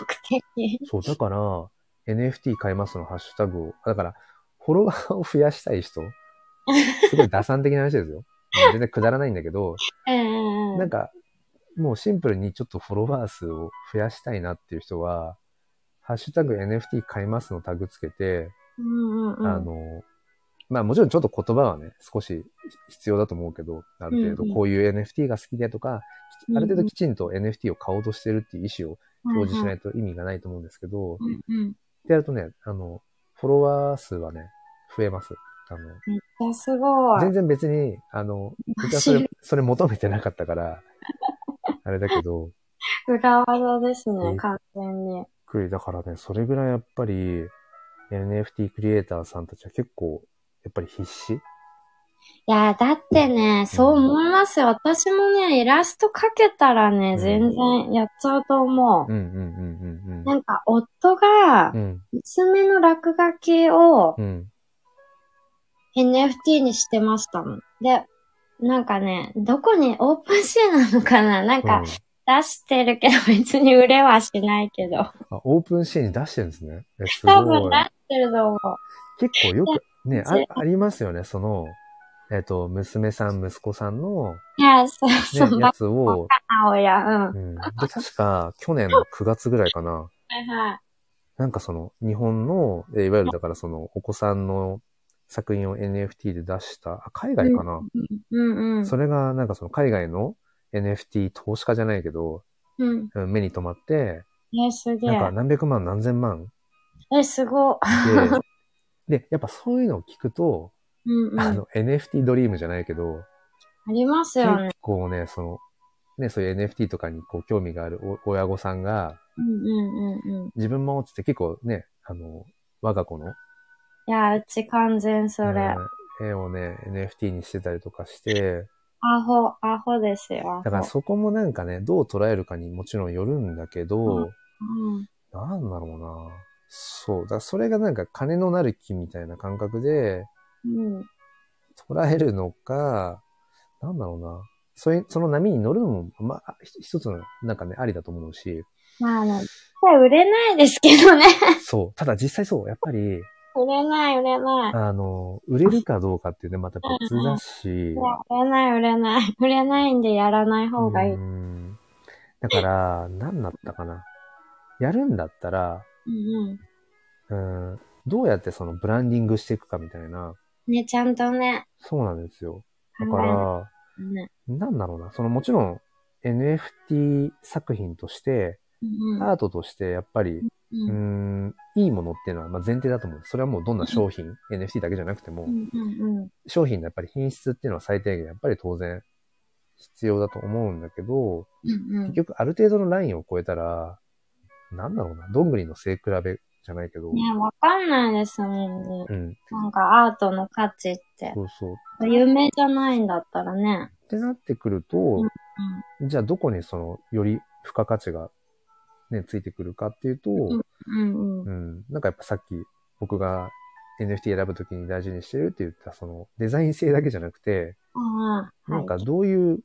Speaker 1: 的。
Speaker 2: そう、だから NFT 買いますのハッシュタグを、だからフォロワーを増やしたい人、すごい打算的な話で すよ。全然くだらないんだけど、
Speaker 1: うんうんうん。
Speaker 2: なんかもうシンプルにちょっとフォロワー数を増やしたいなっていう人は、ハッシュタグ NFT 買いますのタグつけて、
Speaker 1: うんうんうん。
Speaker 2: あの、まあもちろんちょっと言葉はね、少し必要だと思うけど、ある程
Speaker 1: うんう
Speaker 2: 度
Speaker 1: ん
Speaker 2: こういう NFT が好きでとか、
Speaker 1: うんうん
Speaker 2: ある程度きちんと NFT を買おうとしてるっていう意思を表示しないと意味がないと思うんですけど、
Speaker 1: うんうん。
Speaker 2: ってやるとね、あの、フォロワー数はね、増えます。あの、
Speaker 1: めっちゃすごい。
Speaker 2: 全然別に、あの、僕はそ
Speaker 1: マ
Speaker 2: れ、それ求めてなかったから、 あれだけど、
Speaker 1: 裏技ですね
Speaker 2: え、
Speaker 1: 完全に。
Speaker 2: くりだからね、それぐらいやっぱり NFT クリエイターさんたちは結構、やっぱり必死
Speaker 1: いやー、だってね、そう思いますよ。私もね、イラスト描けたら
Speaker 2: う
Speaker 1: ね、
Speaker 2: ん
Speaker 1: 全然やっちゃうと思
Speaker 2: うんうんうん
Speaker 1: う。なんか、夫が
Speaker 2: うんう、ん。
Speaker 1: 娘の落書きを
Speaker 2: うん。うん。
Speaker 1: NFT にしてましたもん。で、なんかね、どこにオープンシーなのかななん
Speaker 2: うん、
Speaker 1: か、
Speaker 2: あ
Speaker 1: 出してるけど、別に売れはしないけど。
Speaker 2: オープンシーンに出してるんですね。えす
Speaker 1: 多
Speaker 2: ご
Speaker 1: 分
Speaker 2: い
Speaker 1: 出。してると思う。
Speaker 2: 結構よく、ね、あ
Speaker 1: 全然
Speaker 2: ありますよね。その、えっ、と、娘さん、息子さんの、
Speaker 1: いや、そうそう、
Speaker 2: ね、や
Speaker 1: バ
Speaker 2: つを、
Speaker 1: カをや、うん。は
Speaker 2: うん。で、確か、去年の9月ぐらいかな。
Speaker 1: いはい。
Speaker 2: なんかその、日本の、えいわゆるだからその、お子さんの作品を NFT で出した、あ海外かな、
Speaker 1: うんうん。
Speaker 2: それが、なんかその、海外の NFT 投資家じゃないけど、
Speaker 1: うん。
Speaker 2: うん目に留まって、
Speaker 1: え、すげ
Speaker 2: なんか
Speaker 1: え。
Speaker 2: 何百万何千万
Speaker 1: え、すごい。
Speaker 2: で、で、やっぱそういうのを聞くと、
Speaker 1: うんうん。
Speaker 2: あの、NFT ドリームじゃないけど、
Speaker 1: ありますよね
Speaker 2: 結。構ね、その、ね、そういう NFT とかにこう興味があるお親御さんが、
Speaker 1: うんうんうんうん。
Speaker 2: 自分も、つって結構ね、あの、我が子の、
Speaker 1: いや、うち完全それ。
Speaker 2: うん絵をね、NFT にしてたりとかして、
Speaker 1: アホ、アホですよ。
Speaker 2: だからそこもなんかね、どう捉えるかにもちろんよるんだけど、
Speaker 1: うん。
Speaker 2: なんだろうなそう。だからそれがなんか金のなる木みたいな感覚で
Speaker 1: うん。
Speaker 2: 捉えるのか、なんだろうなそういう、その波に乗るのも、まあ、ひ一つの、なんかね、ありだと思うし、
Speaker 1: まあ、まあ、絶対売れないですけどね。
Speaker 2: そう。ただ実際そう、やっぱり、
Speaker 1: 売れない、売れない。
Speaker 2: あの、売れるかどうかっていうね、また別だし
Speaker 1: いや、売れない、売れない。売れないんでやらない方がいい。
Speaker 2: う
Speaker 1: うん
Speaker 2: だから、何だったかな。やるんだったら、
Speaker 1: んうん。
Speaker 2: うん、どうやってそのブランディングしていくかみたいな、
Speaker 1: ね、ちゃんとね。
Speaker 2: そうなんですよ。だ
Speaker 1: 考え
Speaker 2: か
Speaker 1: ない
Speaker 2: ら、
Speaker 1: とね。
Speaker 2: なんだろうな、そのもちろん NFT 作品として、
Speaker 1: うんうん
Speaker 2: アートとしてやっぱり
Speaker 1: う
Speaker 2: うー
Speaker 1: ん。
Speaker 2: ん、いいものっていうのはまあ前提だと思う。それはもうどんな商品、NFT だけじゃなくても
Speaker 1: う、んうんうん。
Speaker 2: 商品のやっぱり品質っていうのは最低限やっぱり当然必要だと思うんだけど、
Speaker 1: うんうん
Speaker 2: 結。局ある程度のラインを超えたら、なんだろうな、どんぐりの背比べじゃないけど、
Speaker 1: ね、わかんないですもんね。
Speaker 2: うん、
Speaker 1: なんかアートの価値って。
Speaker 2: そうそう。
Speaker 1: 有名じゃないんだったらね。
Speaker 2: ってなってくると、じゃあどこにその、より付加価値がね、ついてくるかっていうと、
Speaker 1: うんうん。
Speaker 2: うん、なんかやっぱさっき僕が NFT 選ぶときに大事にしてるって言ったそのデザイン性だけじゃなくて、
Speaker 1: ああ、
Speaker 2: な
Speaker 1: は
Speaker 2: ん
Speaker 1: い。
Speaker 2: かどういう、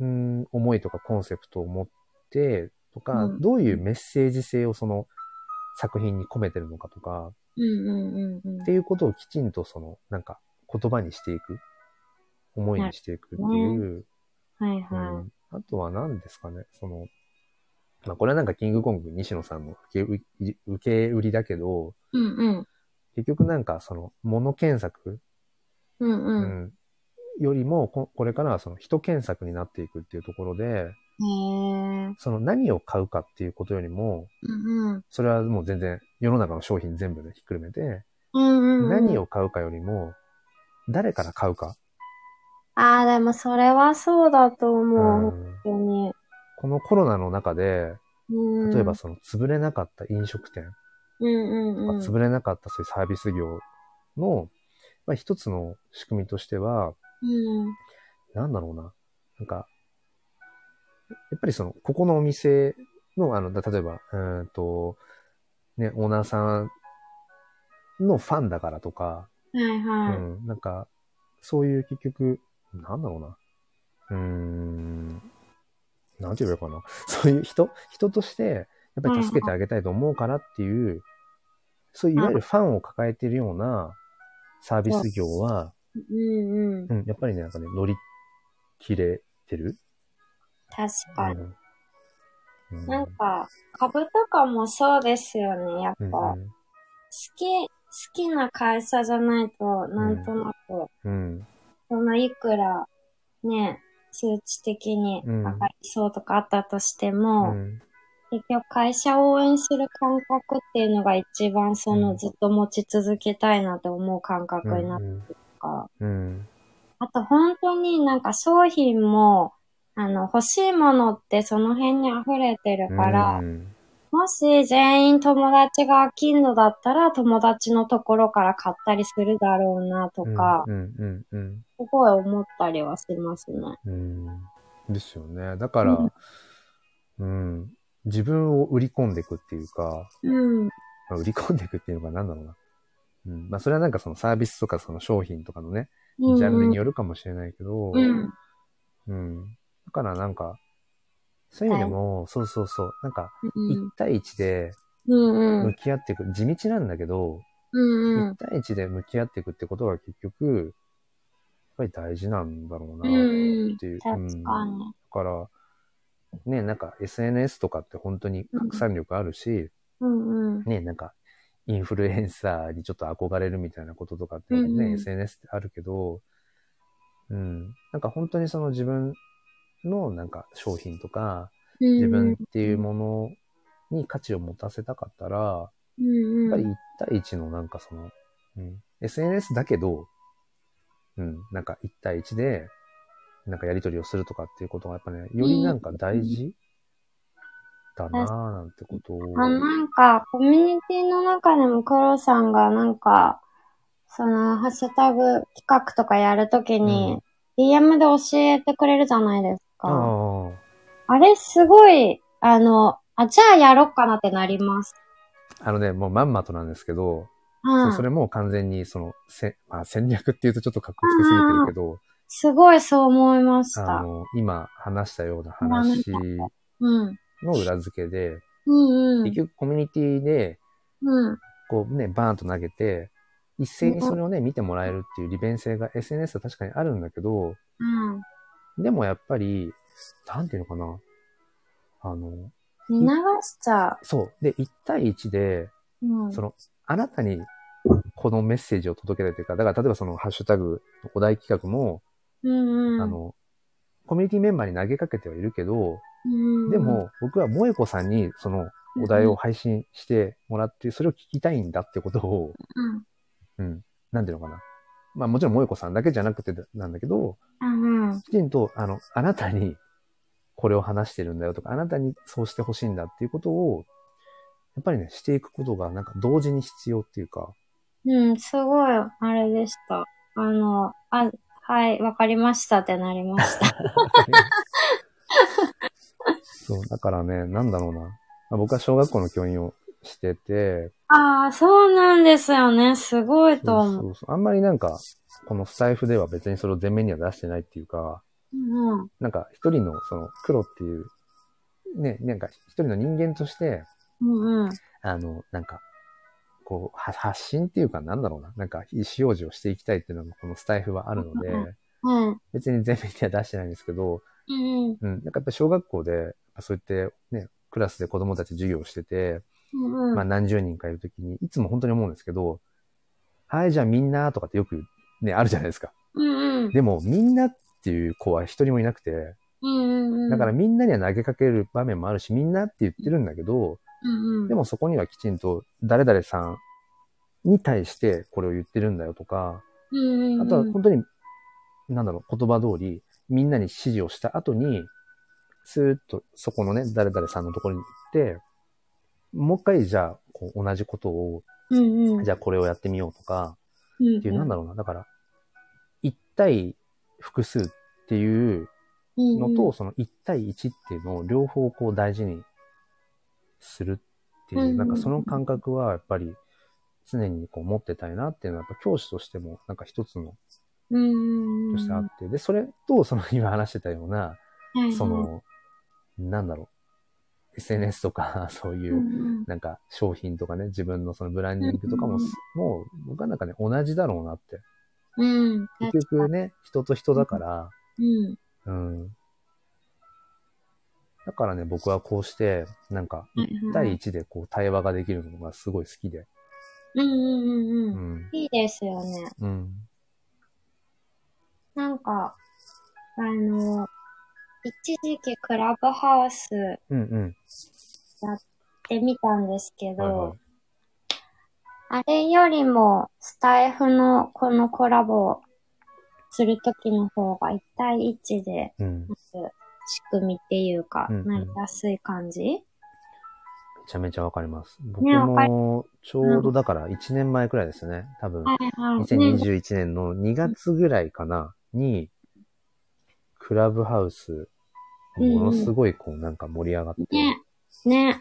Speaker 2: うん、思いとかコンセプトを持ってとか、
Speaker 1: うん
Speaker 2: どういうメッセージ性をその作品に込めてるのかとか、
Speaker 1: うんうんうんうん
Speaker 2: っていうことをきちんとそのなんか言葉にしていく、思いにしていくっていう、
Speaker 1: はい
Speaker 2: うん
Speaker 1: は
Speaker 2: あとは何ですかね、その、まあこれはなんかキングコング西野さんの受け売受け売りだけど、
Speaker 1: い。うんうん。
Speaker 2: 結局なんかその、物検索、
Speaker 1: うん
Speaker 2: う
Speaker 1: うん。
Speaker 2: ん、よりもこ、これからはその人検索になっていくっていうところで、
Speaker 1: へえ。
Speaker 2: その何を買うかっていうことよりも、
Speaker 1: うんうん。
Speaker 2: それはもう全然世の中の商品全部ね、ひっくるめて、
Speaker 1: うんうんうん。
Speaker 2: 何を買うかよりも、誰から買うか、
Speaker 1: ああ、でもそれはそうだと思う。
Speaker 2: うん
Speaker 1: 本
Speaker 2: このコロナの中で、
Speaker 1: 当に。
Speaker 2: 例えば、その潰れなかった飲食店
Speaker 1: うんうん
Speaker 2: とか
Speaker 1: うん。
Speaker 2: 潰れなかったそういうサービス業の、まあ、一つの仕組みとしては、
Speaker 1: うん。
Speaker 2: なんだろうな。なんか、やっぱりその、ここのお店の、あの、だ例えば、うーんと、ね、オーナーさんのファンだからとか、
Speaker 1: はいは
Speaker 2: うん、なんか、そういう結局、なんだろうな。うーん、なんて言えばいいかな。そういう人、人として、やっぱり助けてあげたいと思うからっていう、そういういわゆるファンを抱えているようなサービス業は、
Speaker 1: い。うんうん。
Speaker 2: うん、やっぱりね、なんかね、乗り切れてる。
Speaker 1: 確かに。
Speaker 2: うん。うん
Speaker 1: なんか、株とかもそうですよね、やっぱ。好き、好きな会社じゃないと、なんとなく、
Speaker 2: うん。
Speaker 1: そのいくら、ね、数値的に上がりそうとかあったとして
Speaker 2: う
Speaker 1: も、
Speaker 2: ん。
Speaker 1: 結局会社を応援する感覚っていうのが一番そのずっと持ち続けたいなと思う感覚になったから、
Speaker 2: うん。
Speaker 1: あと本当になんか商品も、あの、欲しいものってその辺に溢れてるから、
Speaker 2: うん
Speaker 1: もし全員友達が金土だったら友達のところから買ったりするだろうなとか、
Speaker 2: うん。うん。うん。
Speaker 1: すごい思ったりはしますね。
Speaker 2: うん。うんですよね。だから、うん。自分を売り込んでいくっていうか、
Speaker 1: うん。
Speaker 2: まあ、売り込んでいくっていうのが何だろうな。うん。まあ、それはなんかそのサービスとかその商品とかのね、ジャンルによるかもしれないけ
Speaker 1: う
Speaker 2: ど、
Speaker 1: ん。
Speaker 2: うん。だからなんか、そういう意味でも、そうそうそう、なんか、
Speaker 1: うん
Speaker 2: 1。対1で
Speaker 1: うん。うん
Speaker 2: 向。き合っていく、地道なんだけど、
Speaker 1: うん。
Speaker 2: 1対1で向き合っていくってことが結局、やっぱり大事なんだろうな、っていう。うん
Speaker 1: 確か
Speaker 2: だ
Speaker 1: に。
Speaker 2: から、ね、なんか SNS とかって本当に拡散力あるし、
Speaker 1: うんうん。
Speaker 2: ね、なんか、インフルエンサーにちょっと憧れるみたいなこととかってね、
Speaker 1: うんうん
Speaker 2: SNS ってあるけど、うん。なんか本当にその自分のなんか商品とか、自分っていうものに価値を持たせたかったら、
Speaker 1: うん
Speaker 2: やっ
Speaker 1: う
Speaker 2: ぱ
Speaker 1: ん
Speaker 2: り1対1のなんかその、うん、SNS だけど、うん、なんか1対1で、なんかやり取りをするとかっていうことがやっぱね、よりなんか大事だなぁなんてことを。
Speaker 1: あなんか、コミュニティの中でも黒さんがなんか、その、ハッシュタグ企画とかやるときに、DM で教えてくれるじゃないです
Speaker 2: あ
Speaker 1: か。
Speaker 2: あ
Speaker 1: あれすごい、あの、あ、じゃあやろっかなってなります。
Speaker 2: あのね、もうまんまとなんですけど、
Speaker 1: う。
Speaker 2: そうんそれもう完全にその、せまあ、戦略っていうとちょっとかっこつけすぎてるけど、
Speaker 1: すごいそう思いまし
Speaker 2: あ
Speaker 1: た。
Speaker 2: の、今話したような話
Speaker 1: うん。
Speaker 2: の裏付けで、
Speaker 1: うんうん
Speaker 2: 結。局コミュニティで、
Speaker 1: うん。
Speaker 2: こうね、バーンと投げて、一斉にそれをね、見てもらえるっていう利便性が SNS は確かにあるんだけ
Speaker 1: う
Speaker 2: ど、
Speaker 1: ん。
Speaker 2: でもやっぱり、なんていうのかな。あの、
Speaker 1: 見流しちゃ
Speaker 2: そう。で、1対1で、
Speaker 1: う。うん。
Speaker 2: その、あなたにこのメッセージを届けたいというか、だから例えばそのハッシュタグ、お題企画も、
Speaker 1: うんうん。
Speaker 2: あの、コミュニティメンバーに投げかけてはいるけど、
Speaker 1: うんうん、
Speaker 2: でも僕は萌子さんにそのお題を配信してもらって、それを聞きたいんだってことを、
Speaker 1: うん。
Speaker 2: うん、なんていうのかな。まあもちろん萌子さんだけじゃなくてなんだけど、
Speaker 1: うん。うん。
Speaker 2: きちんと、あの、あなたにこれを話してるんだよとか、あなたにそうしてほしいんだっていうことを、やっぱりね、していくことがなんか同時に必要っていう か、
Speaker 1: うん、すごい、あれでした。あの、あ、はい、わかりましたってなりま した。
Speaker 2: そう、だからね、なんだろうな。まあ僕は小学校の教員をしてて、
Speaker 1: ああ、そうなんですよね。すごいと
Speaker 2: そ
Speaker 1: 思
Speaker 2: う
Speaker 1: う。
Speaker 2: そうそうあんまりなんか、このスタイフでは別にそれを前面には出してないっていうか、
Speaker 1: うん。うん
Speaker 2: なんか一人のその黒っていう、ね、なんか一人の人間として、
Speaker 1: うん。
Speaker 2: あの、なんか、こう、は発信っていうかなんだろうな。なんか、意思表示をしていきたいっていうのがこのスタイフはあるので、
Speaker 1: はい。
Speaker 2: 別に全面には出してないんですけど、
Speaker 1: うんうん。
Speaker 2: うん、なんかやっぱ小学校で、そうやってね、クラスで子供たち授業をしてて、
Speaker 1: うんうん。
Speaker 2: まあ何十人かいるときに、いつも本当に思うんですけど、はい、じゃあみんなとかってよくね、あるじゃないですか。
Speaker 1: うんうん。
Speaker 2: でも、みんなっていう子は一人もいなくて、
Speaker 1: うんうん。
Speaker 2: だから
Speaker 1: うん
Speaker 2: みんなには投げかける場面もあるし、みんなって言ってるんだけど、
Speaker 1: うん。
Speaker 2: でもそこにはきちんと誰々さんに対してこれを言ってるんだよとか、
Speaker 1: うんうんうん、
Speaker 2: あとは本当に、なんだろう、言葉通り、みんなに指示をした後に、スーッとそこのね、誰々さんのところに行って、もう一回じゃあ、こう同じことを、
Speaker 1: うんうん、
Speaker 2: じゃあこれをやってみようとか、
Speaker 1: うん
Speaker 2: っていう、なんだろうな、だから、一対複数っていう
Speaker 1: うん
Speaker 2: のと、、その1対1っていうのを両方こう大事にするって
Speaker 1: うん
Speaker 2: いうう、
Speaker 1: ん
Speaker 2: なんかその感覚はやっぱり常にこう持ってたいなっていうのは、やっぱ教師としてもなんか一つの
Speaker 1: うんうんうん、
Speaker 2: としてあって、で、それとその今話してたような、
Speaker 1: はい
Speaker 2: そ、の、なんだろう、SNS とか そう
Speaker 1: う
Speaker 2: い
Speaker 1: んう
Speaker 2: う、
Speaker 1: ん
Speaker 2: なんか商品とかね、自分のそのブランディングとか
Speaker 1: う
Speaker 2: も
Speaker 1: んうん、
Speaker 2: もう僕はなんかね、同じだろうなって。
Speaker 1: うん、
Speaker 2: 結局ね、人と人だから、
Speaker 1: うん、
Speaker 2: うん。だからね、僕はこうして、なんか、
Speaker 1: はい
Speaker 2: 1対1でこう対話ができるのがすごい好きで。
Speaker 1: うんうんうんう、
Speaker 2: うんん。
Speaker 1: いいですよね。
Speaker 2: うん。
Speaker 1: なんか、あの、一時期クラブハウス
Speaker 2: うんうん。
Speaker 1: で見たんですけど、
Speaker 2: はいはい。
Speaker 1: あれよりもスタイフのこのコラボをするときの方が1対1で
Speaker 2: うん。
Speaker 1: なんか仕組みっていうか、
Speaker 2: うんうん
Speaker 1: なりやすい感じ
Speaker 2: めちゃめちゃわかります。僕
Speaker 1: ねわかる
Speaker 2: も、ちょうどだから1年前くらいですね。多分、
Speaker 1: はいはい。ね
Speaker 2: 2021年の2月ぐらいかな、に、クラブハウス、ものすごいこうなんか盛り上がって、
Speaker 1: ね。ね。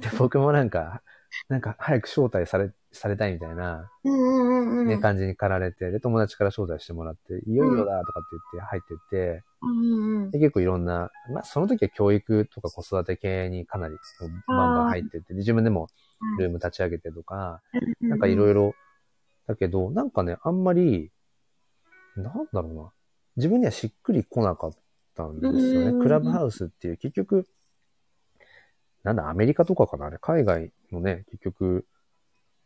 Speaker 2: で僕もなんか、なんか早く招待され、されたいみたいな、
Speaker 1: うんうんうんう
Speaker 2: ね、
Speaker 1: ん。
Speaker 2: 感じに駆られて、で、友達から招待してもらって、いよいよだとかって言って入ってって、
Speaker 1: うんうん
Speaker 2: で、結構いろんな、まあ、その時は教育とか子育て系にかなり、バンバン入ってって、で自分でもルーム立ち上げてとか、
Speaker 1: うん。
Speaker 2: なんかいろ
Speaker 1: い
Speaker 2: いろ、だけど、なんかね、あんまり、なんだろうな。自分にはしっくり来なかったんですよ
Speaker 1: う
Speaker 2: ね。
Speaker 1: ん
Speaker 2: クラブハウスっていう、結局、なんだ、アメリカとかかなあれ、海外のね、結局、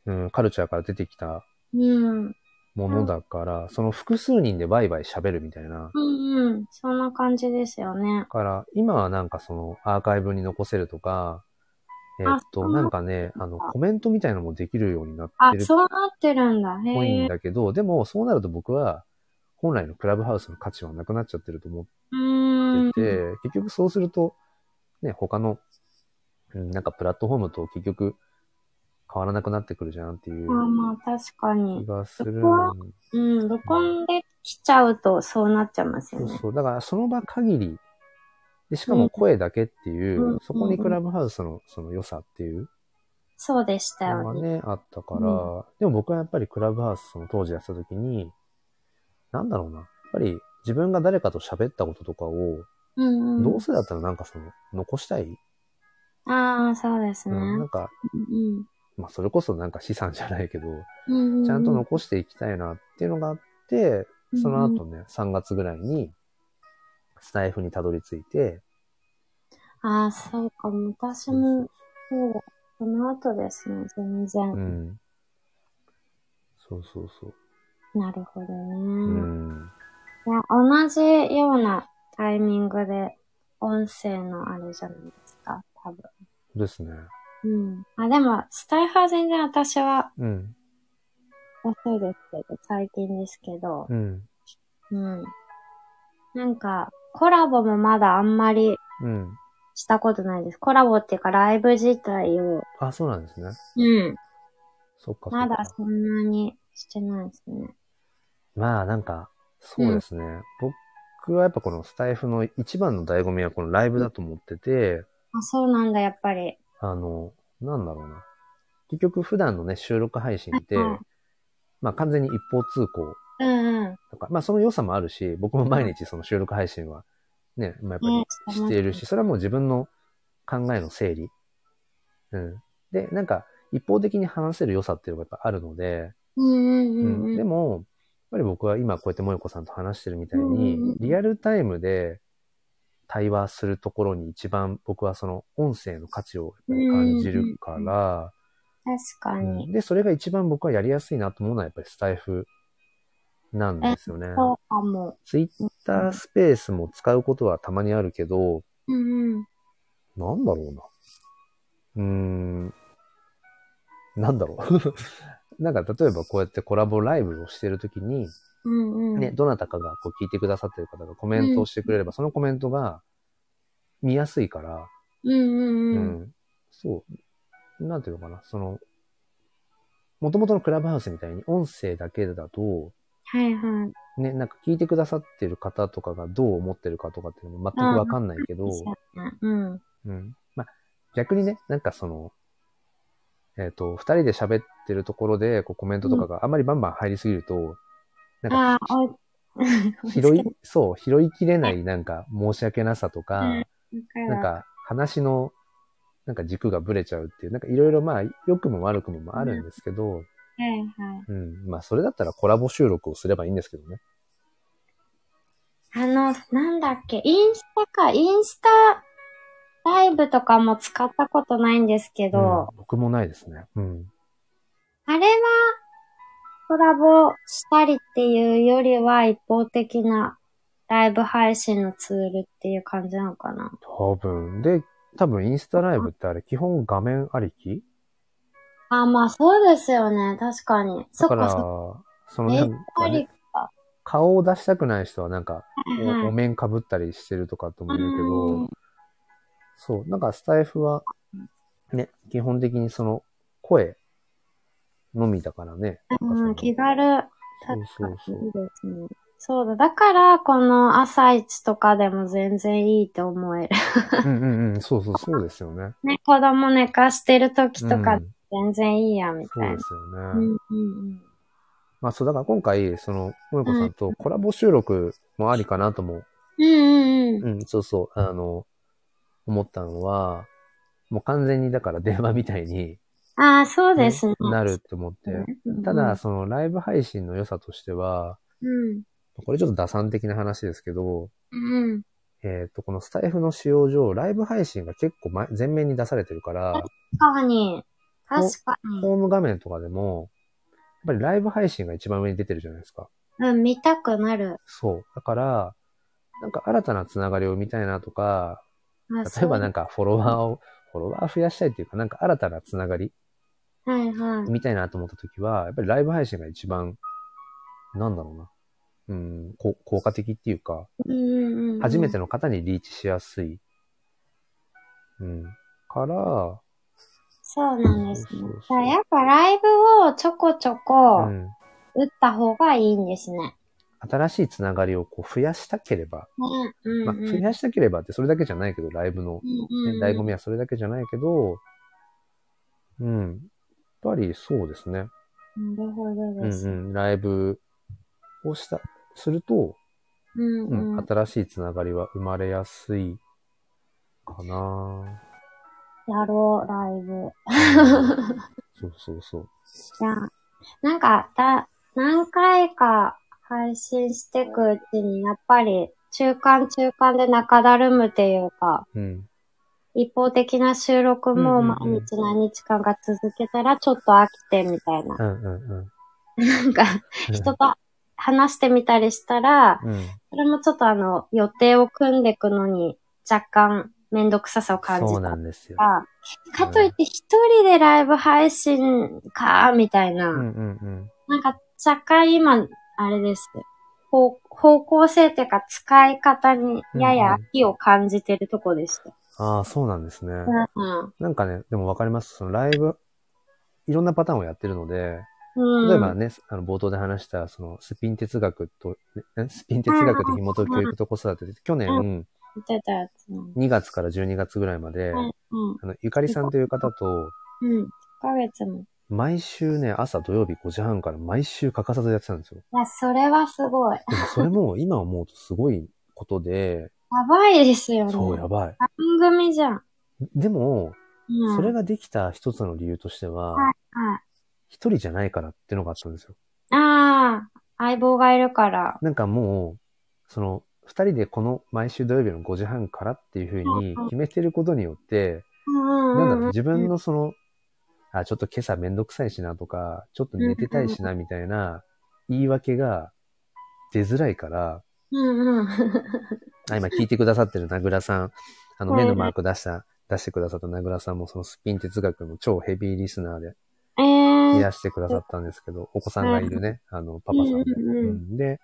Speaker 2: うん、カルチャーから出てきた
Speaker 1: ろ。うん。
Speaker 2: ものだから、その複数人でバイバイ喋るみたいな。
Speaker 1: うんうん。そんな感じですよね
Speaker 2: だ。から、今はなんかそのアーカイブに残せるとか、えっ
Speaker 1: そ
Speaker 2: と、
Speaker 1: う
Speaker 2: なんかね、あの、コメントみたいなのもできるようになっ
Speaker 1: あ
Speaker 2: て、る
Speaker 1: そうなってるんだ。
Speaker 2: ぽい
Speaker 1: へ
Speaker 2: ん
Speaker 1: え。
Speaker 2: だけど、でもそうなると僕は本来のクラブハウスの価値はなくなっちゃってると思
Speaker 1: う
Speaker 2: っ
Speaker 1: ん。
Speaker 2: てて、結局そうすると、ね、他の、うんなんかプラットフォームと結局変わらなくなってくるじゃんっていう
Speaker 1: まあまあ、確か
Speaker 2: 気
Speaker 1: に。
Speaker 2: がするん。
Speaker 1: うん。録音できちゃうとそうなっちゃいます
Speaker 2: そ
Speaker 1: よ
Speaker 2: う
Speaker 1: ね。
Speaker 2: そう。だからその場限り、で、しか
Speaker 1: うん
Speaker 2: も声だけっていう、
Speaker 1: うん
Speaker 2: そこにクラブハウスのその良さっていう
Speaker 1: そうでした
Speaker 2: のが
Speaker 1: よね。
Speaker 2: ね、あったから、
Speaker 1: う
Speaker 2: でも僕はやっぱりクラブハウスその当時やってた時に、なんだろうな。やっぱり自分が誰かと喋ったこととかを、
Speaker 1: うんうん。
Speaker 2: どうせだったらなんかその、残したい、
Speaker 1: ああ、そうです
Speaker 2: う
Speaker 1: ね。
Speaker 2: ん、なんか、
Speaker 1: うん
Speaker 2: まあそれこそなんか資産じゃないけど、
Speaker 1: うん。
Speaker 2: ちゃんと残していきたいなっていうのがあって、その後
Speaker 1: うん。
Speaker 2: ね、3月ぐらいに、スタイフにたどり着いて、
Speaker 1: ああ、そうかも。私も、そう、その後ですね。全然。
Speaker 2: うん。そうそうそう。
Speaker 1: なるほどね。
Speaker 2: うん。
Speaker 1: いや、同じようなタイミングで、音声のあれじゃないですか、多分。
Speaker 2: ですね。
Speaker 1: うん。あ、でも、スタイフは全然私は
Speaker 2: うん。
Speaker 1: 遅いですけど、最近ですけど、
Speaker 2: うん。
Speaker 1: うん。なんか、コラボもまだあんまり
Speaker 2: うん。
Speaker 1: したことないです。コラボっていうか、ライブ自体を、
Speaker 2: あ、そうなんですね。
Speaker 1: うん。
Speaker 2: そっかそっか。
Speaker 1: まだそんなにしてないですね。
Speaker 2: まあなんか、そうですね。僕はやっぱこのスタイフの一番の醍醐味はこのライブだと思ってて、
Speaker 1: あ、そうなんだ、やっぱり。
Speaker 2: あの、なんだろうな。結局普段のね、収録配信って
Speaker 1: はいはい、
Speaker 2: まあ完全に一方通行
Speaker 1: うんうん。
Speaker 2: とか、まあその良さもあるし、僕も毎日その収録配信はね、まあ、やっぱ
Speaker 1: ね
Speaker 2: りしているし、それはもう自分の考えの整理。うん。で、なんか一方的に話せる良さっていうのがやっぱあるので、
Speaker 1: うんうんうんうん。
Speaker 2: でも、やっぱり僕は今こうやってもよこさんと話してるみたいに
Speaker 1: うんうんうん、
Speaker 2: リアルタイムで対話するところに一番僕はその音声の価値をやっぱり感じるから、
Speaker 1: 確か
Speaker 2: う
Speaker 1: に。
Speaker 2: んで、それが一番僕はやりやすいなと思うのはやっぱりスタイフなんですよね。
Speaker 1: そうかも。
Speaker 2: ツイッタースペースも使うことはたまにあるけど、
Speaker 1: うんうん。
Speaker 2: なんだろうな。うーん。なんだろう。 なんか例えばこうやってコラボライブをしてるときに、
Speaker 1: うんうん。
Speaker 2: ね、どなたかがこう聞いてくださってる方がコメントをしてくれれば、そのコメントが見やすいから、
Speaker 1: うんうん
Speaker 2: う
Speaker 1: うん。
Speaker 2: んそう。なんていうのかな、その、元々のクラブハウスみたいに音声だけだと、
Speaker 1: はいはい。
Speaker 2: ね、なんか聞いてくださってる方とかがどう思ってるかとかっていうのも全くわかんないけど、
Speaker 1: そうだねうん。
Speaker 2: うん。まあ、逆にね、なんかその、えっ、と、二人で喋ってるところで、こうコメントとかがあんまりバンバン入りすぎると、なん
Speaker 1: あ
Speaker 2: か
Speaker 1: あ、お、
Speaker 2: 拾 い、そう、拾いきれないなんか申し訳なさとか、な
Speaker 1: か
Speaker 2: んか話の、なんか軸がぶれちゃうっていう、なんかいろいろまあ、良くも悪くもあるんですけど、
Speaker 1: る。はいはい。
Speaker 2: うん、まあそれだったらコラボ収録をすればいいんですけどね。
Speaker 1: あの、なんだっけ、インスタか、インスタライブとかも使ったことないんですけど、
Speaker 2: うん僕もないですね。うん。
Speaker 1: あれは、コラボしたりっていうよりは一方的なライブ配信のツールっていう感じなのかな。
Speaker 2: 多分。で、多分インスタライブってあれ、基本画面ありき
Speaker 1: あ、まあそうですよね。確かに。
Speaker 2: だ
Speaker 1: そっ
Speaker 2: から、
Speaker 1: かそっか。
Speaker 2: その
Speaker 1: メ
Speaker 2: な
Speaker 1: イ
Speaker 2: ん
Speaker 1: ク
Speaker 2: か
Speaker 1: あ
Speaker 2: ね
Speaker 1: りか。
Speaker 2: 顔を出したくない人はなんか、
Speaker 1: はい
Speaker 2: おお
Speaker 1: はい
Speaker 2: 面かぶったりしてるとかとも言うけ
Speaker 1: う
Speaker 2: ど
Speaker 1: ん、
Speaker 2: そう、なんかスタイフは、ね、基本的にその声のみだからね。
Speaker 1: うん、気
Speaker 2: が
Speaker 1: 軽。
Speaker 2: そうそ
Speaker 1: いい
Speaker 2: うそ。
Speaker 1: うですね。そうだ。だから、この朝一とかでも全然いいと思える。
Speaker 2: うんうんうん、そうそう、そうですよね。
Speaker 1: ね、子供寝かしてる時と
Speaker 2: う
Speaker 1: か
Speaker 2: ん
Speaker 1: 全然いいや、み
Speaker 2: そ
Speaker 1: たいうな
Speaker 2: で。すよ
Speaker 1: う
Speaker 2: ね。
Speaker 1: んうん
Speaker 2: まあそう、だから今回、その、もよこさんとコラボ収録もありかなとも、
Speaker 1: うん。うんうんうん。
Speaker 2: うん、そうそう、あの、思ったのは、もう完全にだから電話みたいに
Speaker 1: ああ、そうですね。
Speaker 2: なるって思って、
Speaker 1: うん。
Speaker 2: ただ、そのライブ配信の良さとしては、
Speaker 1: うん、
Speaker 2: これちょっと打算的な話ですけど、
Speaker 1: うん。うん。
Speaker 2: えっ、と、このスタイフの使用上、ライブ配信が結構前前面に出されてるから、
Speaker 1: 確かに。確かに。
Speaker 2: ホーム画面とかでも、やっぱりライブ配信が一番上に出てるじゃないですか。
Speaker 1: うん、見たくなる。
Speaker 2: そう。だから、なんか新たなつながりを見たいなとか、
Speaker 1: あ
Speaker 2: 例えばなん
Speaker 1: か。
Speaker 2: かフォロワーを、フォロワー増やしたいっていうか、なんか新たなつながり
Speaker 1: はいはい。
Speaker 2: 見たいなと思った時は、やっぱりライブ配信が一番、なんだろうな。うん、こ効果的っていうか、
Speaker 1: うんうんうん。
Speaker 2: 初めての方にリーチしやすい。うん。から、
Speaker 1: そうなんですね
Speaker 2: そうそう。
Speaker 1: だか
Speaker 2: そう
Speaker 1: らやっぱライブをちょこちょ
Speaker 2: う
Speaker 1: こ
Speaker 2: ん、
Speaker 1: 打った方がいいんですね。
Speaker 2: 新しいつながりをこう増やしたければ、
Speaker 1: ね。うんうん。
Speaker 2: まあ、増やしたければってそれだけじゃないけど、ライブの、
Speaker 1: うん
Speaker 2: ね
Speaker 1: うん、
Speaker 2: 醍醐味はそれだけじゃないけど、うん。やっぱりそうですね。
Speaker 1: なるほど
Speaker 2: う
Speaker 1: で
Speaker 2: ん
Speaker 1: す。
Speaker 2: うん。ライブをした、すると、
Speaker 1: うん
Speaker 2: う
Speaker 1: うん
Speaker 2: ん、新しいつながりは生まれやすいか な
Speaker 1: やろう、ライブ。
Speaker 2: そうそうそう。
Speaker 1: じゃあ、なんか、だ、何回か配信してくうちに、やっぱり、中間中間で中だるむっていうか、
Speaker 2: うん。
Speaker 1: 一方的な収録も
Speaker 2: うんうん
Speaker 1: 毎
Speaker 2: うん
Speaker 1: 日何日間が続けたらちょっと飽きてみたいな。
Speaker 2: うんうんうん。
Speaker 1: なんか、人と話してみたりしたら、
Speaker 2: うん。
Speaker 1: それもちょっとあの、予定を組んでいくのに若干めんどくささを感じ
Speaker 3: そうな
Speaker 1: たと
Speaker 3: んですよ。
Speaker 1: か、かといっ
Speaker 3: うん
Speaker 1: て一人でライブ配信か、みたいな、
Speaker 2: うんうん
Speaker 1: なんか若干今、あれです。方方向性っていうか使い方にやや飽きを感じてるとこでした。
Speaker 3: ああ、そうなんですね。
Speaker 1: うん。
Speaker 2: なんかね、でもわかります。そのライブ、いろんなパターンをやってるので、
Speaker 1: うん。
Speaker 2: 例えばね、あの冒頭で話した、そのスピン哲学と、ねスピン哲学で紐解く教育と子育てで、去
Speaker 1: う
Speaker 2: 年
Speaker 1: 言ってたやつなんだ。
Speaker 2: 2月から12月ぐらいまで、
Speaker 1: うん。
Speaker 2: あの、ゆかりさんという方と、
Speaker 1: うん。1ヶ月も。
Speaker 2: 毎週ね、朝土曜日5時半から毎週欠かさずやってたんですよ。
Speaker 1: いや、それはすごい。
Speaker 2: でもそれ も今思うとすごいことで、
Speaker 1: やばいですよね。
Speaker 2: そう、やばい。
Speaker 1: 番組じゃん。
Speaker 2: でも、
Speaker 1: うん。
Speaker 2: それができた一つの理由としては、
Speaker 1: はい。
Speaker 2: 一人じゃないからってのがあったんですよ。
Speaker 1: ああ、相棒がいるから。
Speaker 2: なんかもう、その、二人でこの毎週土曜日の5時半からっていうふうに決めてることによって、
Speaker 1: うんうん
Speaker 2: なんだ
Speaker 1: うん
Speaker 2: ろう、
Speaker 1: うん。
Speaker 2: 自分のその、あ、ちょっと今朝めんどくさいしなとか、ちょっと寝てたいしなみたいな言い訳が出づらいから、
Speaker 1: うんうん。
Speaker 2: あ、今聞いてくださってる名倉さん、あの、
Speaker 1: はい
Speaker 2: 目のマーク出した、出してくださった名倉さんもそのスピン哲学の超ヘビーリスナーで
Speaker 1: え
Speaker 2: い
Speaker 1: ー。
Speaker 2: らしてくださったんですけど、お子さんがいるね、あの、パパさんで。
Speaker 1: うんうんうん
Speaker 2: うんで、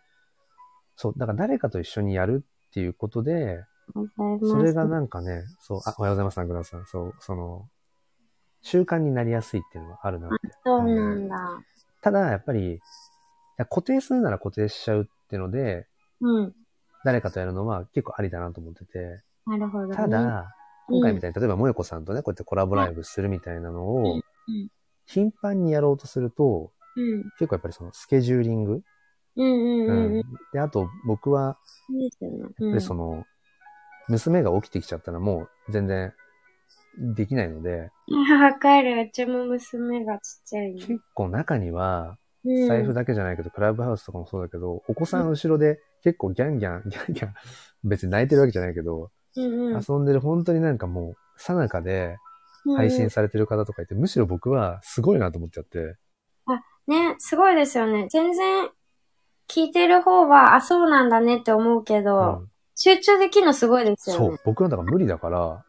Speaker 2: そう、だから誰かと一緒にやるっていうことで、
Speaker 1: ございます
Speaker 2: それがなんかね、そう、あ、おはようございます、名倉さん。そう、その、習慣になりやすいっていうのはあるなって。
Speaker 1: そうなんだ。
Speaker 2: ただ、やっぱり、いや固定するなら固定しちゃうっていうので、
Speaker 1: うん。
Speaker 2: 誰かとやるのは結構ありだなと思ってて、
Speaker 1: なるほどね。
Speaker 2: ただ、今回み
Speaker 1: たい
Speaker 2: たいに、例えば、もよこさんとね、こうやってコラボライブするみたいなの
Speaker 1: う
Speaker 2: を
Speaker 1: んうん、
Speaker 2: 頻繁にやろうとすると、
Speaker 1: うん。
Speaker 2: 結構やっぱりそのスケジューリング、
Speaker 1: うんうん
Speaker 2: う
Speaker 1: うんうん
Speaker 2: ん。で、あと、僕は、
Speaker 1: いいですよね。うん
Speaker 2: で、その、娘が起きてきちゃったらもう全然できないので、
Speaker 1: いやわかる。うちも娘がちっちゃいの。
Speaker 2: 結構中には、
Speaker 1: うん
Speaker 2: 財布だけじゃないけど、クラブハウスとかもそうだけど、お子さん後ろで結構ギャンギャン、ギャンギャン、別に泣いてるわけじゃないけど、
Speaker 1: うんうん
Speaker 2: 遊んでる本当になんかもう、さなかで配信されてる方とかいて、むしろ僕はすごいなと思っちゃって、
Speaker 1: うんね、すごいですよね。全然、聞いてる方は、あ、そうなんだねって思うけど、
Speaker 2: うん
Speaker 1: 集中できるのすごいですよ
Speaker 2: そ
Speaker 1: ね。
Speaker 2: う、僕はだから無理だから、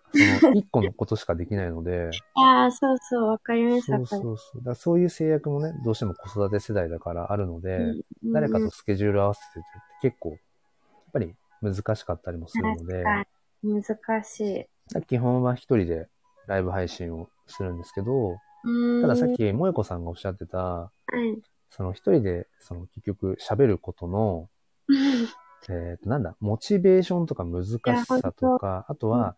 Speaker 2: その一個のことしかできないので、
Speaker 1: いやーそうそう、わかります、
Speaker 2: そ
Speaker 1: わ
Speaker 2: う
Speaker 1: か
Speaker 2: そ
Speaker 1: りま
Speaker 2: うそう。だからそういう制約もね、どうしても子育て世代だからあるので、
Speaker 1: す。うん
Speaker 2: 誰か
Speaker 1: うん
Speaker 2: とスケジュール合わせてって結構、やっぱり難しかったりもするので、
Speaker 1: か難しい。
Speaker 2: 基本は一人でライブ配信をするんですけど、
Speaker 1: うーん
Speaker 2: たださっ、き、萌子さんがおっしゃってた、
Speaker 1: はい、
Speaker 2: その一人で、その結局喋ることの、えっ、と、なんだ、モチベーションとか難しさとか、あとは、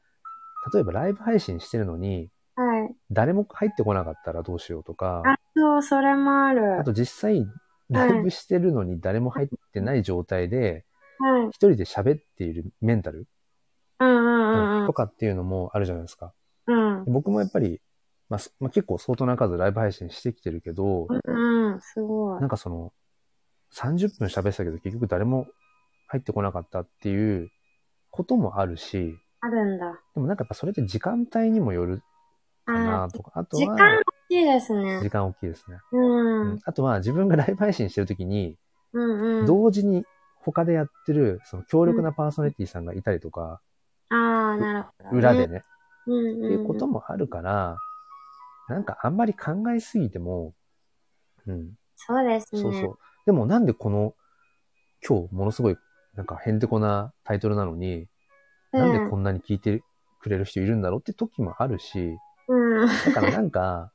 Speaker 2: 例えばライブ配信してるのに、
Speaker 1: はい。
Speaker 2: 誰も入ってこなかったらどうしようとか、
Speaker 1: あ、そう、それもある。
Speaker 2: あと実際、ライブしてるのに誰も入ってない状態で、
Speaker 1: はい。
Speaker 2: 一人で喋っているメンタル、
Speaker 1: うんうんうん
Speaker 2: とかっていうのもあるじゃないですか。
Speaker 1: うん。うん。
Speaker 2: 僕もやっぱり、まあすまあ、結構相当な数ライブ配信してきてるけど、
Speaker 1: うん、すごい
Speaker 2: な。んかその、30分喋ってたけど結局誰も入ってこなかったっていうこともあるし、
Speaker 1: あるんだ。
Speaker 2: でもなんかやっぱそれって時間帯にもよる
Speaker 1: あ
Speaker 2: かなとか、あと
Speaker 1: 時
Speaker 2: は、
Speaker 1: 間欲しいですね。
Speaker 2: 時間大きいですね。
Speaker 1: うん。う
Speaker 2: うんんあとは自分がライブ配信してるときに、
Speaker 1: うん。
Speaker 2: 同時に他でやってる、その強力なパーソナリティさんがいたりとか、
Speaker 1: ああ、なるほど、
Speaker 2: 裏で。ね、
Speaker 1: うんうん。
Speaker 2: っていうこともあるから、なんかあんまり考えすぎても、うん、
Speaker 1: そうですね。
Speaker 2: そうそう。でもなんでこの、今日ものすごい、なんかへんてこなタイトルなのに、なんでこんなに聞いてくれる人いるんだろうって時もあるし、
Speaker 1: うん。うん。
Speaker 2: だからなん か、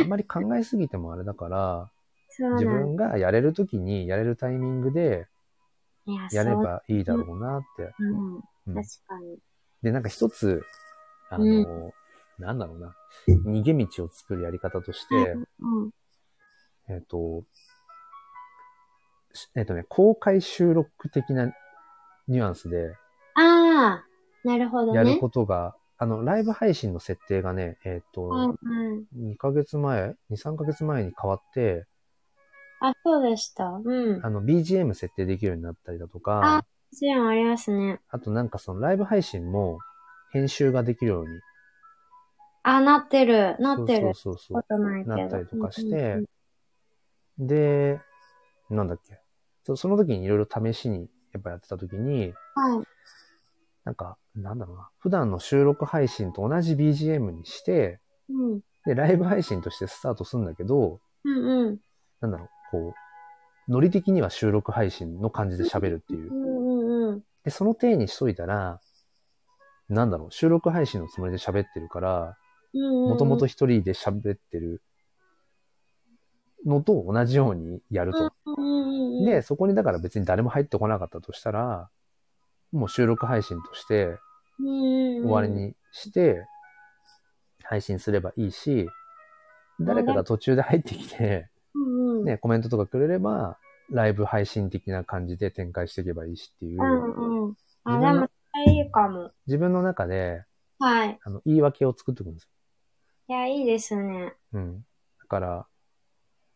Speaker 2: あんまり考えすぎてもあれだから、
Speaker 1: そうなん
Speaker 2: 自
Speaker 1: だ
Speaker 2: 分がやれる時に、やれるタイミングで
Speaker 1: いや、
Speaker 2: やれ
Speaker 1: そう。
Speaker 2: ばいいだろうなって。
Speaker 1: うん。
Speaker 2: うん
Speaker 1: 確かに。
Speaker 2: で、なんか一つ、あの、なんだろうな、逃げ道を作るやり方として、
Speaker 1: うん。
Speaker 2: えっ、と、しえっ、とね、公開収録的なニュアンスで
Speaker 1: ああ、なるほどね。
Speaker 2: やることが、あの、ライブ配信の設定がね、えっ、と、
Speaker 1: うんうん。
Speaker 2: 2ヶ月前、2、3ヶ月前に変わって、
Speaker 1: あ、そうでした。うん。
Speaker 2: あの、BGM 設定できるようになったりだと
Speaker 1: あ
Speaker 2: か、
Speaker 1: 支援ありますね。
Speaker 2: あとなんかそのライブ配信も編集ができるように、
Speaker 1: あ、なってる。な
Speaker 2: そう
Speaker 1: って
Speaker 2: そ
Speaker 1: る
Speaker 2: う。そうそ
Speaker 1: ことないけど。
Speaker 2: なったりとかして
Speaker 1: うんうん
Speaker 2: う。で、なんだっけ。そその時にいろいろ試しに、やっぱやってた時に、
Speaker 1: うんはい。
Speaker 2: なんか、なんだろうな。普段の収録配信と同じ BGM にして、
Speaker 1: うん。
Speaker 2: で、ライブ配信としてスタートするんだけど、
Speaker 1: うんうん。
Speaker 2: なんだろう、こう、ノリ的には収録配信の感じで喋るっていう
Speaker 1: う。んうん
Speaker 2: で、その体にしといたら、なんだろう、収録配信のつもりで喋ってるから、
Speaker 1: うん。
Speaker 2: もともと一人で喋ってるのと同じようにやると。
Speaker 1: うんうんうん。
Speaker 2: で、、そこにだから別に誰も入ってこなかったとしたら、もう収録配信として
Speaker 1: 終
Speaker 2: 終わり。にして、配信すればいいし、誰かが途中で入ってきて、
Speaker 1: うんうん。
Speaker 2: ね、コメントとかくれれば、ライブ配信的な感じで展開していけばいいしっていう
Speaker 1: う、んうん。あ、
Speaker 2: 自
Speaker 1: で
Speaker 2: 分の
Speaker 1: も、それいいかも。
Speaker 2: 自分の中で、
Speaker 1: はい。
Speaker 2: あの、言い訳を作っておくんです
Speaker 1: いや、いいですね。
Speaker 2: よ。うん。だから、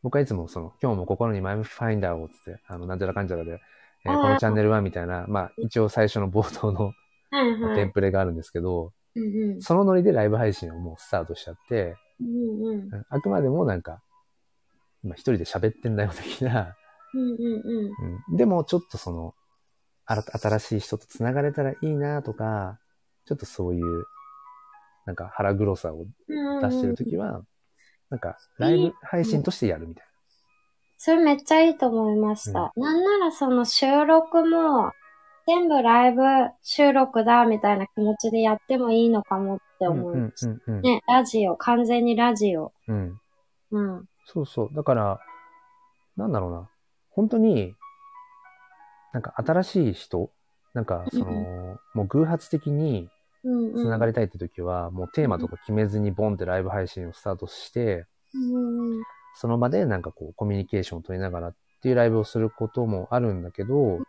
Speaker 2: 僕はいつもその、今日も心にマイムファインダーをつって、あの、なんちゃらかんちゃらで、えー
Speaker 1: あー
Speaker 2: このチャンネルはみたいな、まあ、一応最初の冒頭の
Speaker 1: はいは
Speaker 2: テン
Speaker 1: い。
Speaker 2: プレがあるんですけど、
Speaker 1: うんうん。
Speaker 2: そのノリでライブ配信をもうスタートしちゃって、
Speaker 1: うんうん。
Speaker 2: うんあくまでもなんか、今一人で喋ってんだよ的な、
Speaker 1: うんうんうん。
Speaker 2: うん、でもちょっとその、あら新しい人と繋がれたらいいなとか、ちょっとそういう、なんか腹黒さを出してるときは、なんかライブ配信としてやるみたい
Speaker 1: それめっちゃいいと思いました。なんならその収録も、全部ライブ収録だみたいな気持ちでやってもいいのかもって
Speaker 2: な。
Speaker 1: 思いました。
Speaker 2: うんうんうんうん
Speaker 1: ね、ラジオ、完全にラジオ。
Speaker 2: うん。
Speaker 1: うん。
Speaker 2: そうそう。だから、なんだろうな。本当に、なんか新しい人、なんかその、
Speaker 1: うん
Speaker 2: もう偶発的に
Speaker 1: うん、うん。
Speaker 2: 繋がりたいって時は、もうテーマとか決めずにボンってライブ配信をスタートして、
Speaker 1: うんうん
Speaker 2: その場でなんかこうコミュニケーションを取りながらっていうライブをすることもあるんだけど、
Speaker 1: うん。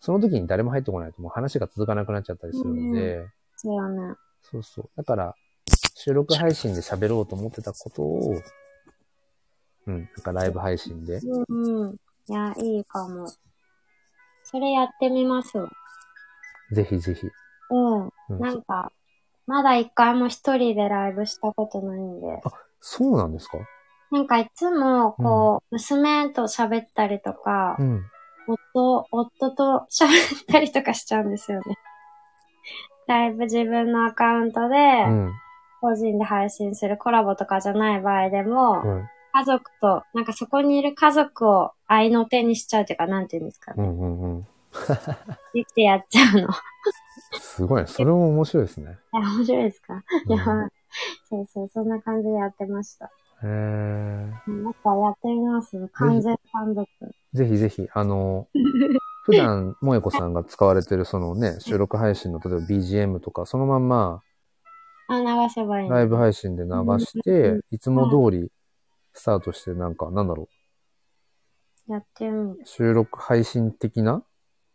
Speaker 2: その時に誰も入ってこないともう話が続かなくなっちゃったりするので、
Speaker 1: そうよね。
Speaker 2: そうそう。だから、収録配信で喋ろうと思ってたことを、うん、なんかライブ配信で。
Speaker 1: うんうん。いや、いいかも。それやってみますわ。
Speaker 2: ぜひぜひ。
Speaker 1: うん。
Speaker 2: うん、
Speaker 1: な
Speaker 2: そ
Speaker 1: んか、まだ一回も一人でライブしたことないんで。
Speaker 2: そうなんですか
Speaker 1: なんかいつも、こう、娘と喋ったりとか
Speaker 2: う、ん。
Speaker 1: 夫、夫と喋ったりとかしちゃうんですよね。ライブ自分のアカウントで、
Speaker 2: うん。
Speaker 1: 個人で配信するコラボとかじゃない場合でも、
Speaker 2: うん。
Speaker 1: 家族と、なんかそこにいる家族を愛の手にしちゃうというか、なんて言うんですか
Speaker 2: う
Speaker 1: ね。
Speaker 2: んうんうん。
Speaker 1: できてやっちゃうの。い
Speaker 2: すごい。それも面白いですね。
Speaker 1: や、面白いですか、
Speaker 2: うん
Speaker 1: いや、そうそう、そんな感じでやってました。
Speaker 2: へー
Speaker 1: なんかやってみます完全単独。
Speaker 2: ぜひぜひ、あの、普段、萌子さんが使われてる、そのね、収録配信の、例えば BGM とか、そのまんま、
Speaker 1: あ、流せばいいの。
Speaker 2: ライブ配信で流し
Speaker 1: う
Speaker 2: て
Speaker 1: ん、
Speaker 2: いつも通り、スタートして、なんか、なんだろ
Speaker 1: やってみる。
Speaker 2: う、収録配信的な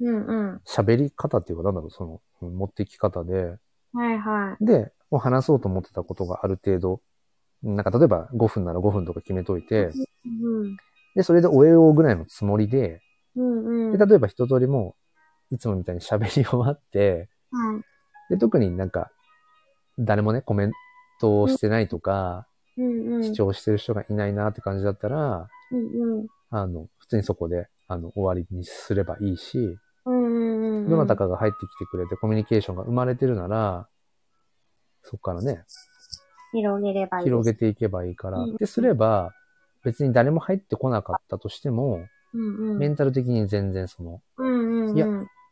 Speaker 1: うんうん。
Speaker 2: 喋り方っていうか、なんだろう、その、うん持ってき方で、
Speaker 1: はいはい。
Speaker 2: で、もう話そうと思ってたことがある程度、なんか例えば5分なら5分とか決めといて、
Speaker 1: うん。
Speaker 2: で、それで終えようぐらいのつもりで、
Speaker 1: うんう
Speaker 2: で、
Speaker 1: ん。はい。
Speaker 2: 例えば一通りもう、いつもみたいに喋り終わって、で、特になんか、誰もね、コメントをしてないとか、
Speaker 1: うんうん。
Speaker 2: 視聴してる人がいないなって感じだったら、
Speaker 1: うんうん。
Speaker 2: あの、普通にそこで、あの、終わりにすればいいし、
Speaker 1: うんうんうん。
Speaker 2: どなた。かが入ってきてくれてコミュニケーションが生まれてるなら、そこからね、
Speaker 1: 広げればいい。
Speaker 2: 広げ。ていけばいいから。
Speaker 1: うん
Speaker 2: ですれば、別に誰も入ってこなかったとしても、
Speaker 1: うんう
Speaker 2: メ
Speaker 1: ん。
Speaker 2: ンタル的に全然その、
Speaker 1: うんうんうん。
Speaker 2: いや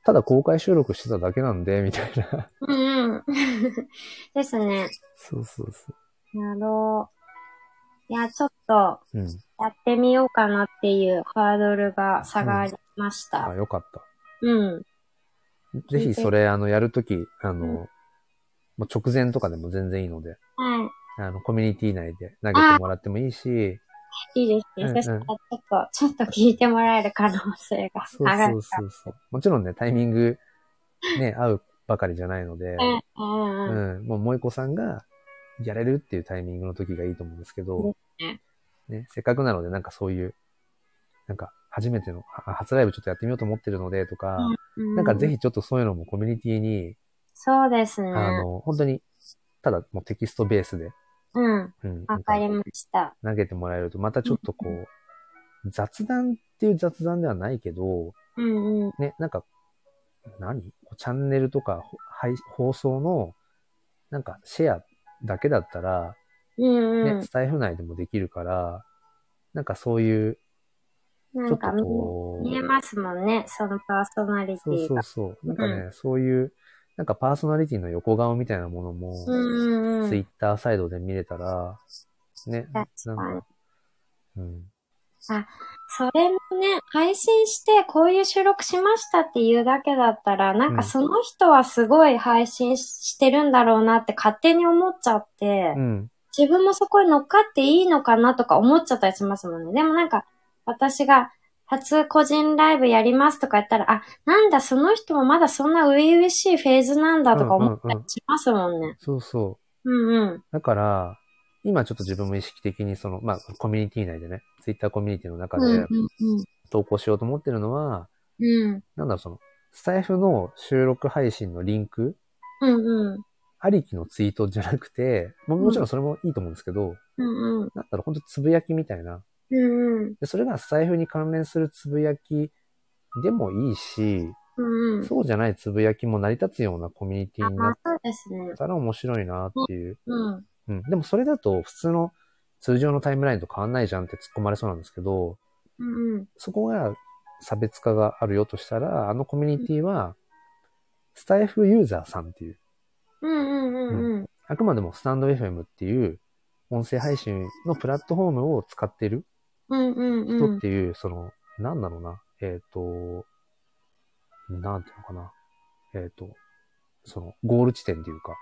Speaker 2: ただ公開収録してただけなんで、みたいな。
Speaker 1: うんうん。 ですね。
Speaker 2: そうそうそ
Speaker 1: やろう。いや、ちょっと、
Speaker 2: う。うん。
Speaker 1: やってみようかなっていうハードルが下がりまし
Speaker 2: あ、
Speaker 1: た。
Speaker 2: よかった。
Speaker 1: うん。
Speaker 2: ぜひそれ、あの、やるとき、あの、
Speaker 1: うん
Speaker 2: もう直前とかでも全然いいので、
Speaker 1: は
Speaker 2: あの、コミュニティ内で投げてもらってもいいし、
Speaker 1: い。いいですね。
Speaker 2: うんう
Speaker 1: そ
Speaker 2: ん
Speaker 1: したら、ちょっと、ちょっと聞いてもらえる可能性が
Speaker 2: そう
Speaker 1: 上が
Speaker 2: そ
Speaker 1: る
Speaker 2: う。そうそう。もちろんね、タイミング、ね、 合うばかりじゃないので、
Speaker 1: うんうんうん。
Speaker 2: うん、もう萌子さんがやれるっていうタイミングの時がいいと思うんですけど、
Speaker 1: ね
Speaker 2: ね、せっかくなのでなんかそういう、なんか初めての、あ初ライブちょっとやってみようと思ってるのでとか、
Speaker 1: うん
Speaker 2: なんかぜ。ひちょっとそういうのもコミュニティに、
Speaker 1: そうですね。
Speaker 2: あの、本当に、ただもうテキストベースで、
Speaker 1: うん。
Speaker 2: うん、な
Speaker 1: わ
Speaker 2: ん
Speaker 1: か
Speaker 2: か
Speaker 1: りました。
Speaker 2: 投げてもらえると、またちょっとこう、雑談っていう雑談ではないけど、
Speaker 1: うんうん。
Speaker 2: ね、なんか何チャンネルとか配放送の、なんかシェアだけだったら、
Speaker 1: うん
Speaker 2: ね、
Speaker 1: うん
Speaker 2: ス。タイフ内でもできるから、なんかそういう、ち
Speaker 1: な
Speaker 2: ょ
Speaker 1: ん
Speaker 2: っと
Speaker 1: か見
Speaker 2: こう、
Speaker 1: 見えますもんね、そのパーソナリテ
Speaker 2: そう
Speaker 1: ィ
Speaker 2: そ
Speaker 1: が。
Speaker 2: うそう。なんかね、そういう、なんかパーソナリティの横顔みたいなものも、
Speaker 1: うんうんう
Speaker 2: ツイ
Speaker 1: ん。
Speaker 2: ッターサイドで見れたら、ね、なん
Speaker 1: 確かに
Speaker 2: か、うん。
Speaker 1: それもね、配信してこういう収録しましたっていうだけだったら、なんかその人はすごい配信してるんだろうなって勝手に思っちゃって
Speaker 2: う、ん。
Speaker 1: 自分もそこに乗っかっていいのかなとか思っちゃったりしますもんね。でもなんか、私が初個人ライブやりますとか言ったら、あ、なんだ、その人もまだそんな初々しいフェーズなんだとか思ったりしますもんね。
Speaker 2: そうそう。
Speaker 1: うんうん。
Speaker 2: だから、今ちょっと自分も意識的にその、まあ、コミュニティ内でね、ツイッターコミュニティの中
Speaker 1: うん
Speaker 2: で
Speaker 1: うんうん。
Speaker 2: 投稿しようと思ってるのは、
Speaker 1: うん。
Speaker 2: なんだろう、その、スタイフの収録配信のリンク、
Speaker 1: うんうん。
Speaker 2: ありきのツイートじゃなくて、まあ、もちろんそれもいいと思うんですけど、
Speaker 1: うんうん。
Speaker 2: なんだろう、ほんとつぶやきみたいな。
Speaker 1: うんうん。
Speaker 2: で、それがスタイフに関連するつぶやきでもいいし、
Speaker 1: うんうん。
Speaker 2: そうじゃないつぶやきも成り立つようなコミュニティにな
Speaker 1: あ
Speaker 2: っ
Speaker 1: そうですね。
Speaker 2: たら面白いなっていう。
Speaker 1: うん。
Speaker 2: うん。でもそれだと普通の通常のタイムラインと変わんないじゃんって突っ込まれそうなんですけど、
Speaker 1: うんうん。
Speaker 2: そこが差別化があるよとしたら、あのコミュニティは、スタイフユーザーさんっていう、
Speaker 1: うんうんうんうん。
Speaker 2: あくまでもスタンド FM っていう音声配信のプラットフォームを使ってる
Speaker 1: うんうんう
Speaker 2: 人っ
Speaker 1: ん。
Speaker 2: ていう、その、なんだろうな、えっ、と、なんていうのかな、えっ、と、その、ゴール地点っていうか、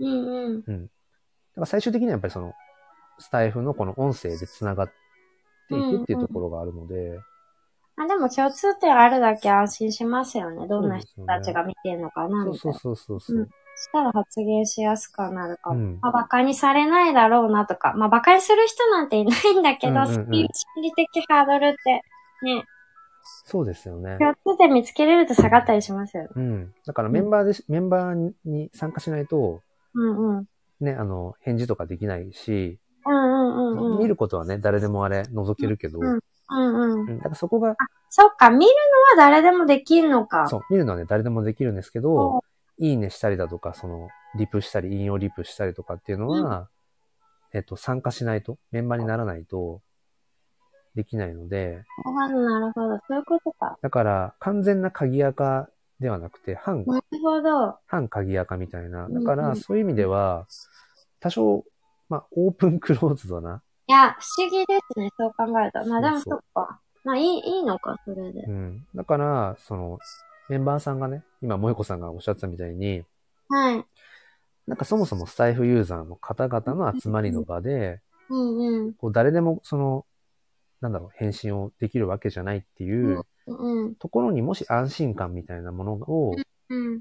Speaker 1: うんうん。
Speaker 2: だから最終的にはやっぱりその、スタイフのこの音声で繋がっていくっていうところがあるので、
Speaker 1: あ、でも共通点あるだけ安心しますよね。どんな
Speaker 2: そ
Speaker 1: 人
Speaker 2: うですよね
Speaker 1: たちが見てるのかな、みた
Speaker 2: そ
Speaker 1: いうな。
Speaker 2: そうそうそう。う
Speaker 1: うんしたら発言しやすくはなるかも。
Speaker 2: うん
Speaker 1: まあ、馬鹿にされないだろうなとか。まあ、馬鹿にする人なんていないんだけ
Speaker 2: うんうん
Speaker 1: ど、
Speaker 2: うん
Speaker 1: そういう心理的ハードルって、ね、
Speaker 2: そうですよね。
Speaker 1: 共通点見つけれると下がったりしますよね。
Speaker 2: うん。だからメンバーでし、メンバーに参加しないと、
Speaker 1: うんうん。
Speaker 2: ね、あの、返事とかできないし、
Speaker 1: うんうんうんうん。
Speaker 2: 見ることはね、誰でもあれ覗けるけど、
Speaker 1: んうんうん。
Speaker 2: うんだからそこが、
Speaker 1: そっか、見るのは誰でもできんのか。
Speaker 2: そう、見るのはね、誰でもできるんですけど、いいねしたりだとか、その、リプしたり、引用リプしたりとかっていうのは、えっと、参加しないと、メンバーにならないと、できないので、
Speaker 1: う。なるほど。そういうことか。
Speaker 2: だから、完全な鍵垢ではなくて、半、
Speaker 1: なるほど。
Speaker 2: 半鍵垢みたいな。
Speaker 1: うん
Speaker 2: だ
Speaker 1: うん
Speaker 2: から、そういう意味では、多少、まあ、オープンクローズドな、
Speaker 1: いや、不思議ですね、そう考えたら。まあでも
Speaker 2: そうそ
Speaker 1: そうっか。まあいい、いいのか、それで
Speaker 2: う。ん。だから、その、メンバーさんがね、今、萌子さんがおっしゃってたみたいに、
Speaker 1: はい。
Speaker 2: なんかそもそもスタイフユーザーの方々の集まりの場で、
Speaker 1: うんうん。
Speaker 2: こう誰でもその、なんだろう、返信をできるわけじゃないっていう
Speaker 1: うん。
Speaker 2: ところにもし安心感みたいなものを、
Speaker 1: うん。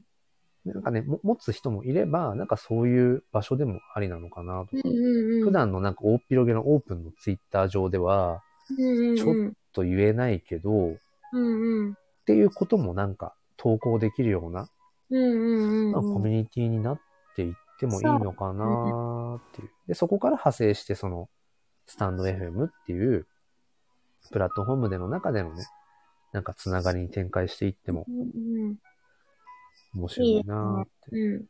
Speaker 2: なんかね、も持つ人もいれば、なんかそういう場所でもありなのかなと。
Speaker 1: うんうんうん。
Speaker 2: 普段のなんか大広げのオープンのツイッター上では、
Speaker 1: うんうんうん、
Speaker 2: ちょっと言えないけど、っ
Speaker 1: うんうん。
Speaker 2: ていうこともなんか投稿できるような、
Speaker 1: うんうんうん。
Speaker 2: まあ、コミュニティになっていってもいいのかなっていう。で、そこから派生して、その、スタンド FM っていう、プラットフォームでの中でのね、なんかつながりに展開していっても
Speaker 1: うん
Speaker 2: 面白いなって。
Speaker 1: うん。うん。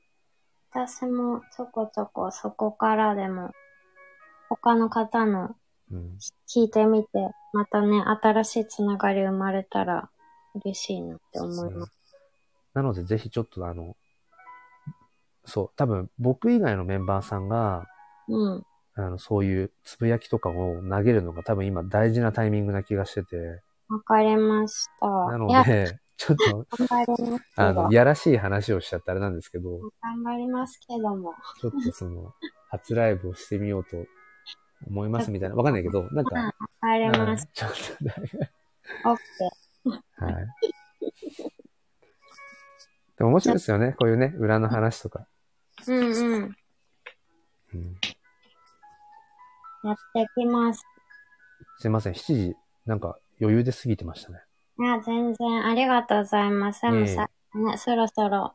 Speaker 1: 私もちょこちょこそこからでも、他の方の
Speaker 2: うん、
Speaker 1: 聞いてみて、またね、新しいつながり生まれたら嬉しいなって思います。
Speaker 2: なので、ぜひちょっとあの、そう、多分僕以外のメンバーさんが、
Speaker 1: うん。
Speaker 2: あの、そういうつぶやきとかを投げるのが多分今大事なタイミングな気がしてて、
Speaker 1: わかりました。
Speaker 2: ない
Speaker 1: や
Speaker 2: の、で、ちょっと、
Speaker 1: 頑張りますけ
Speaker 2: あ
Speaker 1: ど
Speaker 2: の、い。やらしい話をしちゃったあれなんですけど、
Speaker 1: 頑張りますけども。
Speaker 2: ちょっとその、初ライブをしてみようと思いますみたいな。わかんないけど、なんか、
Speaker 1: あり
Speaker 2: う
Speaker 1: ま
Speaker 2: ん
Speaker 1: す。
Speaker 2: ちょっとなんか、
Speaker 1: オッケー。
Speaker 2: はい。でも面白いですよね。こういうね、裏の話とか。
Speaker 1: うんうん。
Speaker 2: うん
Speaker 1: やってきます。
Speaker 2: すいません、7時、なんか余裕で過ぎてましたね。
Speaker 1: いや、全然ありがとうございます。でもさ、ね、そろそろ、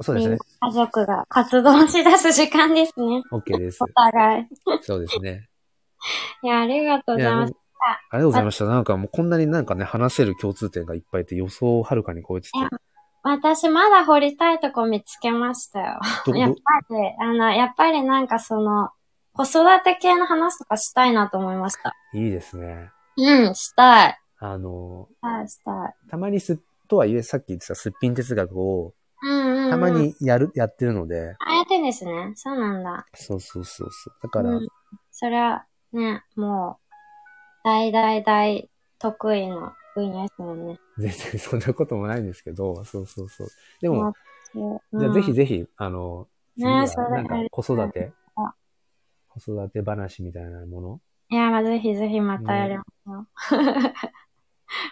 Speaker 2: そうですね。
Speaker 1: 家族が活動し出す時間ですね。
Speaker 2: OK です
Speaker 1: お。互い。
Speaker 2: そうですね。
Speaker 1: いや、ありがとう
Speaker 2: い
Speaker 1: ござい
Speaker 2: や、もう
Speaker 1: ま
Speaker 2: あり
Speaker 1: す。
Speaker 2: がとうございました。なんかもうこんなになんかね、話せる共通点がいっぱいいて予想をはるかに超えてて
Speaker 1: いや私まだ掘りたいとこ見つけましたよ。
Speaker 2: ど、
Speaker 1: やっ
Speaker 2: ど、
Speaker 1: ぱり、あの、やっぱりなんかその、子育て系の話とかしたいなと思いました。
Speaker 2: いいですね。
Speaker 1: うん、したい。
Speaker 2: あの、
Speaker 1: はい、したい。
Speaker 2: たまにす、とはいえ、さっき言ってたすっぴん哲学を、
Speaker 1: うんうん、うん。
Speaker 2: たま。にやる、やってるので、
Speaker 1: あえてですね。そうなんだ。
Speaker 2: そうそうそうそう。だから、
Speaker 1: うんそれは、ね、もう、大大大得意の分野ですもんね。
Speaker 2: 全然 そんなこともないんですけど、そうそうそう。で
Speaker 1: ま
Speaker 2: も、
Speaker 1: うん
Speaker 2: じゃあぜひぜひ、あの、次
Speaker 1: ね
Speaker 2: は
Speaker 1: それ
Speaker 2: なんか子育て
Speaker 1: あ、
Speaker 2: 子育て話みたいなもの、
Speaker 1: いや、まあ、ぜひぜひまたやりますよ。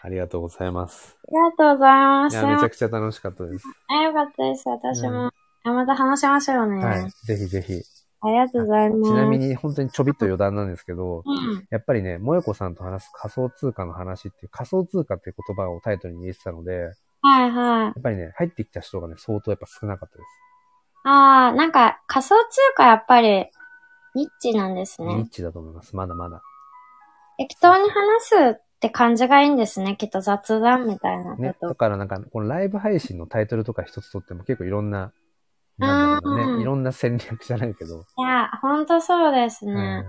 Speaker 2: ありがとうございます。
Speaker 1: ありがとうございま
Speaker 2: い
Speaker 1: す。
Speaker 2: や、めちゃくちゃ楽しかったです。
Speaker 1: あよかったです。私も。いやまた話しましょうね。
Speaker 2: はい。ぜひぜひ。
Speaker 1: ありがとうございます。
Speaker 2: ちなみに本当にちょびっと余談なんですけど、
Speaker 1: うん。
Speaker 2: やっぱりね、もよこさんと話す仮想通貨の話っていう、仮想通貨っていう言葉をタイトルに入れてたので、や
Speaker 1: はいはい。
Speaker 2: っぱりね、入ってきた人がね、相当やっぱ少なかったです。
Speaker 1: ああ、なんか仮想通貨やっぱりニッチなんです
Speaker 2: ニッ
Speaker 1: ね。
Speaker 2: チだと思います。まだまだ。
Speaker 1: 適当に話すって感じがいいんですね。きっと雑談みたいな
Speaker 2: ね。
Speaker 1: こ
Speaker 2: だ
Speaker 1: と。
Speaker 2: からなんか、このライブ配信のタイトルとか一つとっても結構いろんな、なんだろう
Speaker 1: うん
Speaker 2: ね。いろんな戦略じゃないけど。
Speaker 1: いや、ほんとそうです
Speaker 2: う
Speaker 1: ね
Speaker 2: ん。。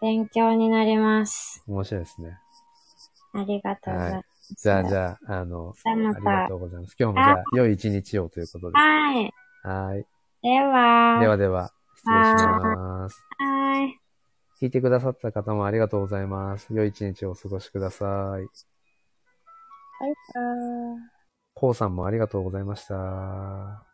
Speaker 1: 勉強になります。
Speaker 2: 面白いですね。
Speaker 1: ありがとうございます。
Speaker 2: じゃあじゃあ、あの、
Speaker 1: じゃあま
Speaker 2: ありが
Speaker 1: た
Speaker 2: と。うございます。今日もじゃあ、良い一日をということで。
Speaker 1: はい。
Speaker 2: はい。
Speaker 1: では。
Speaker 2: ではでは、失礼します。
Speaker 1: はい。
Speaker 2: 聞いてくださった方もありがとうございます。良い一日をお過ごしください。
Speaker 1: バイバーイ。
Speaker 2: こうさんもありがとうございました。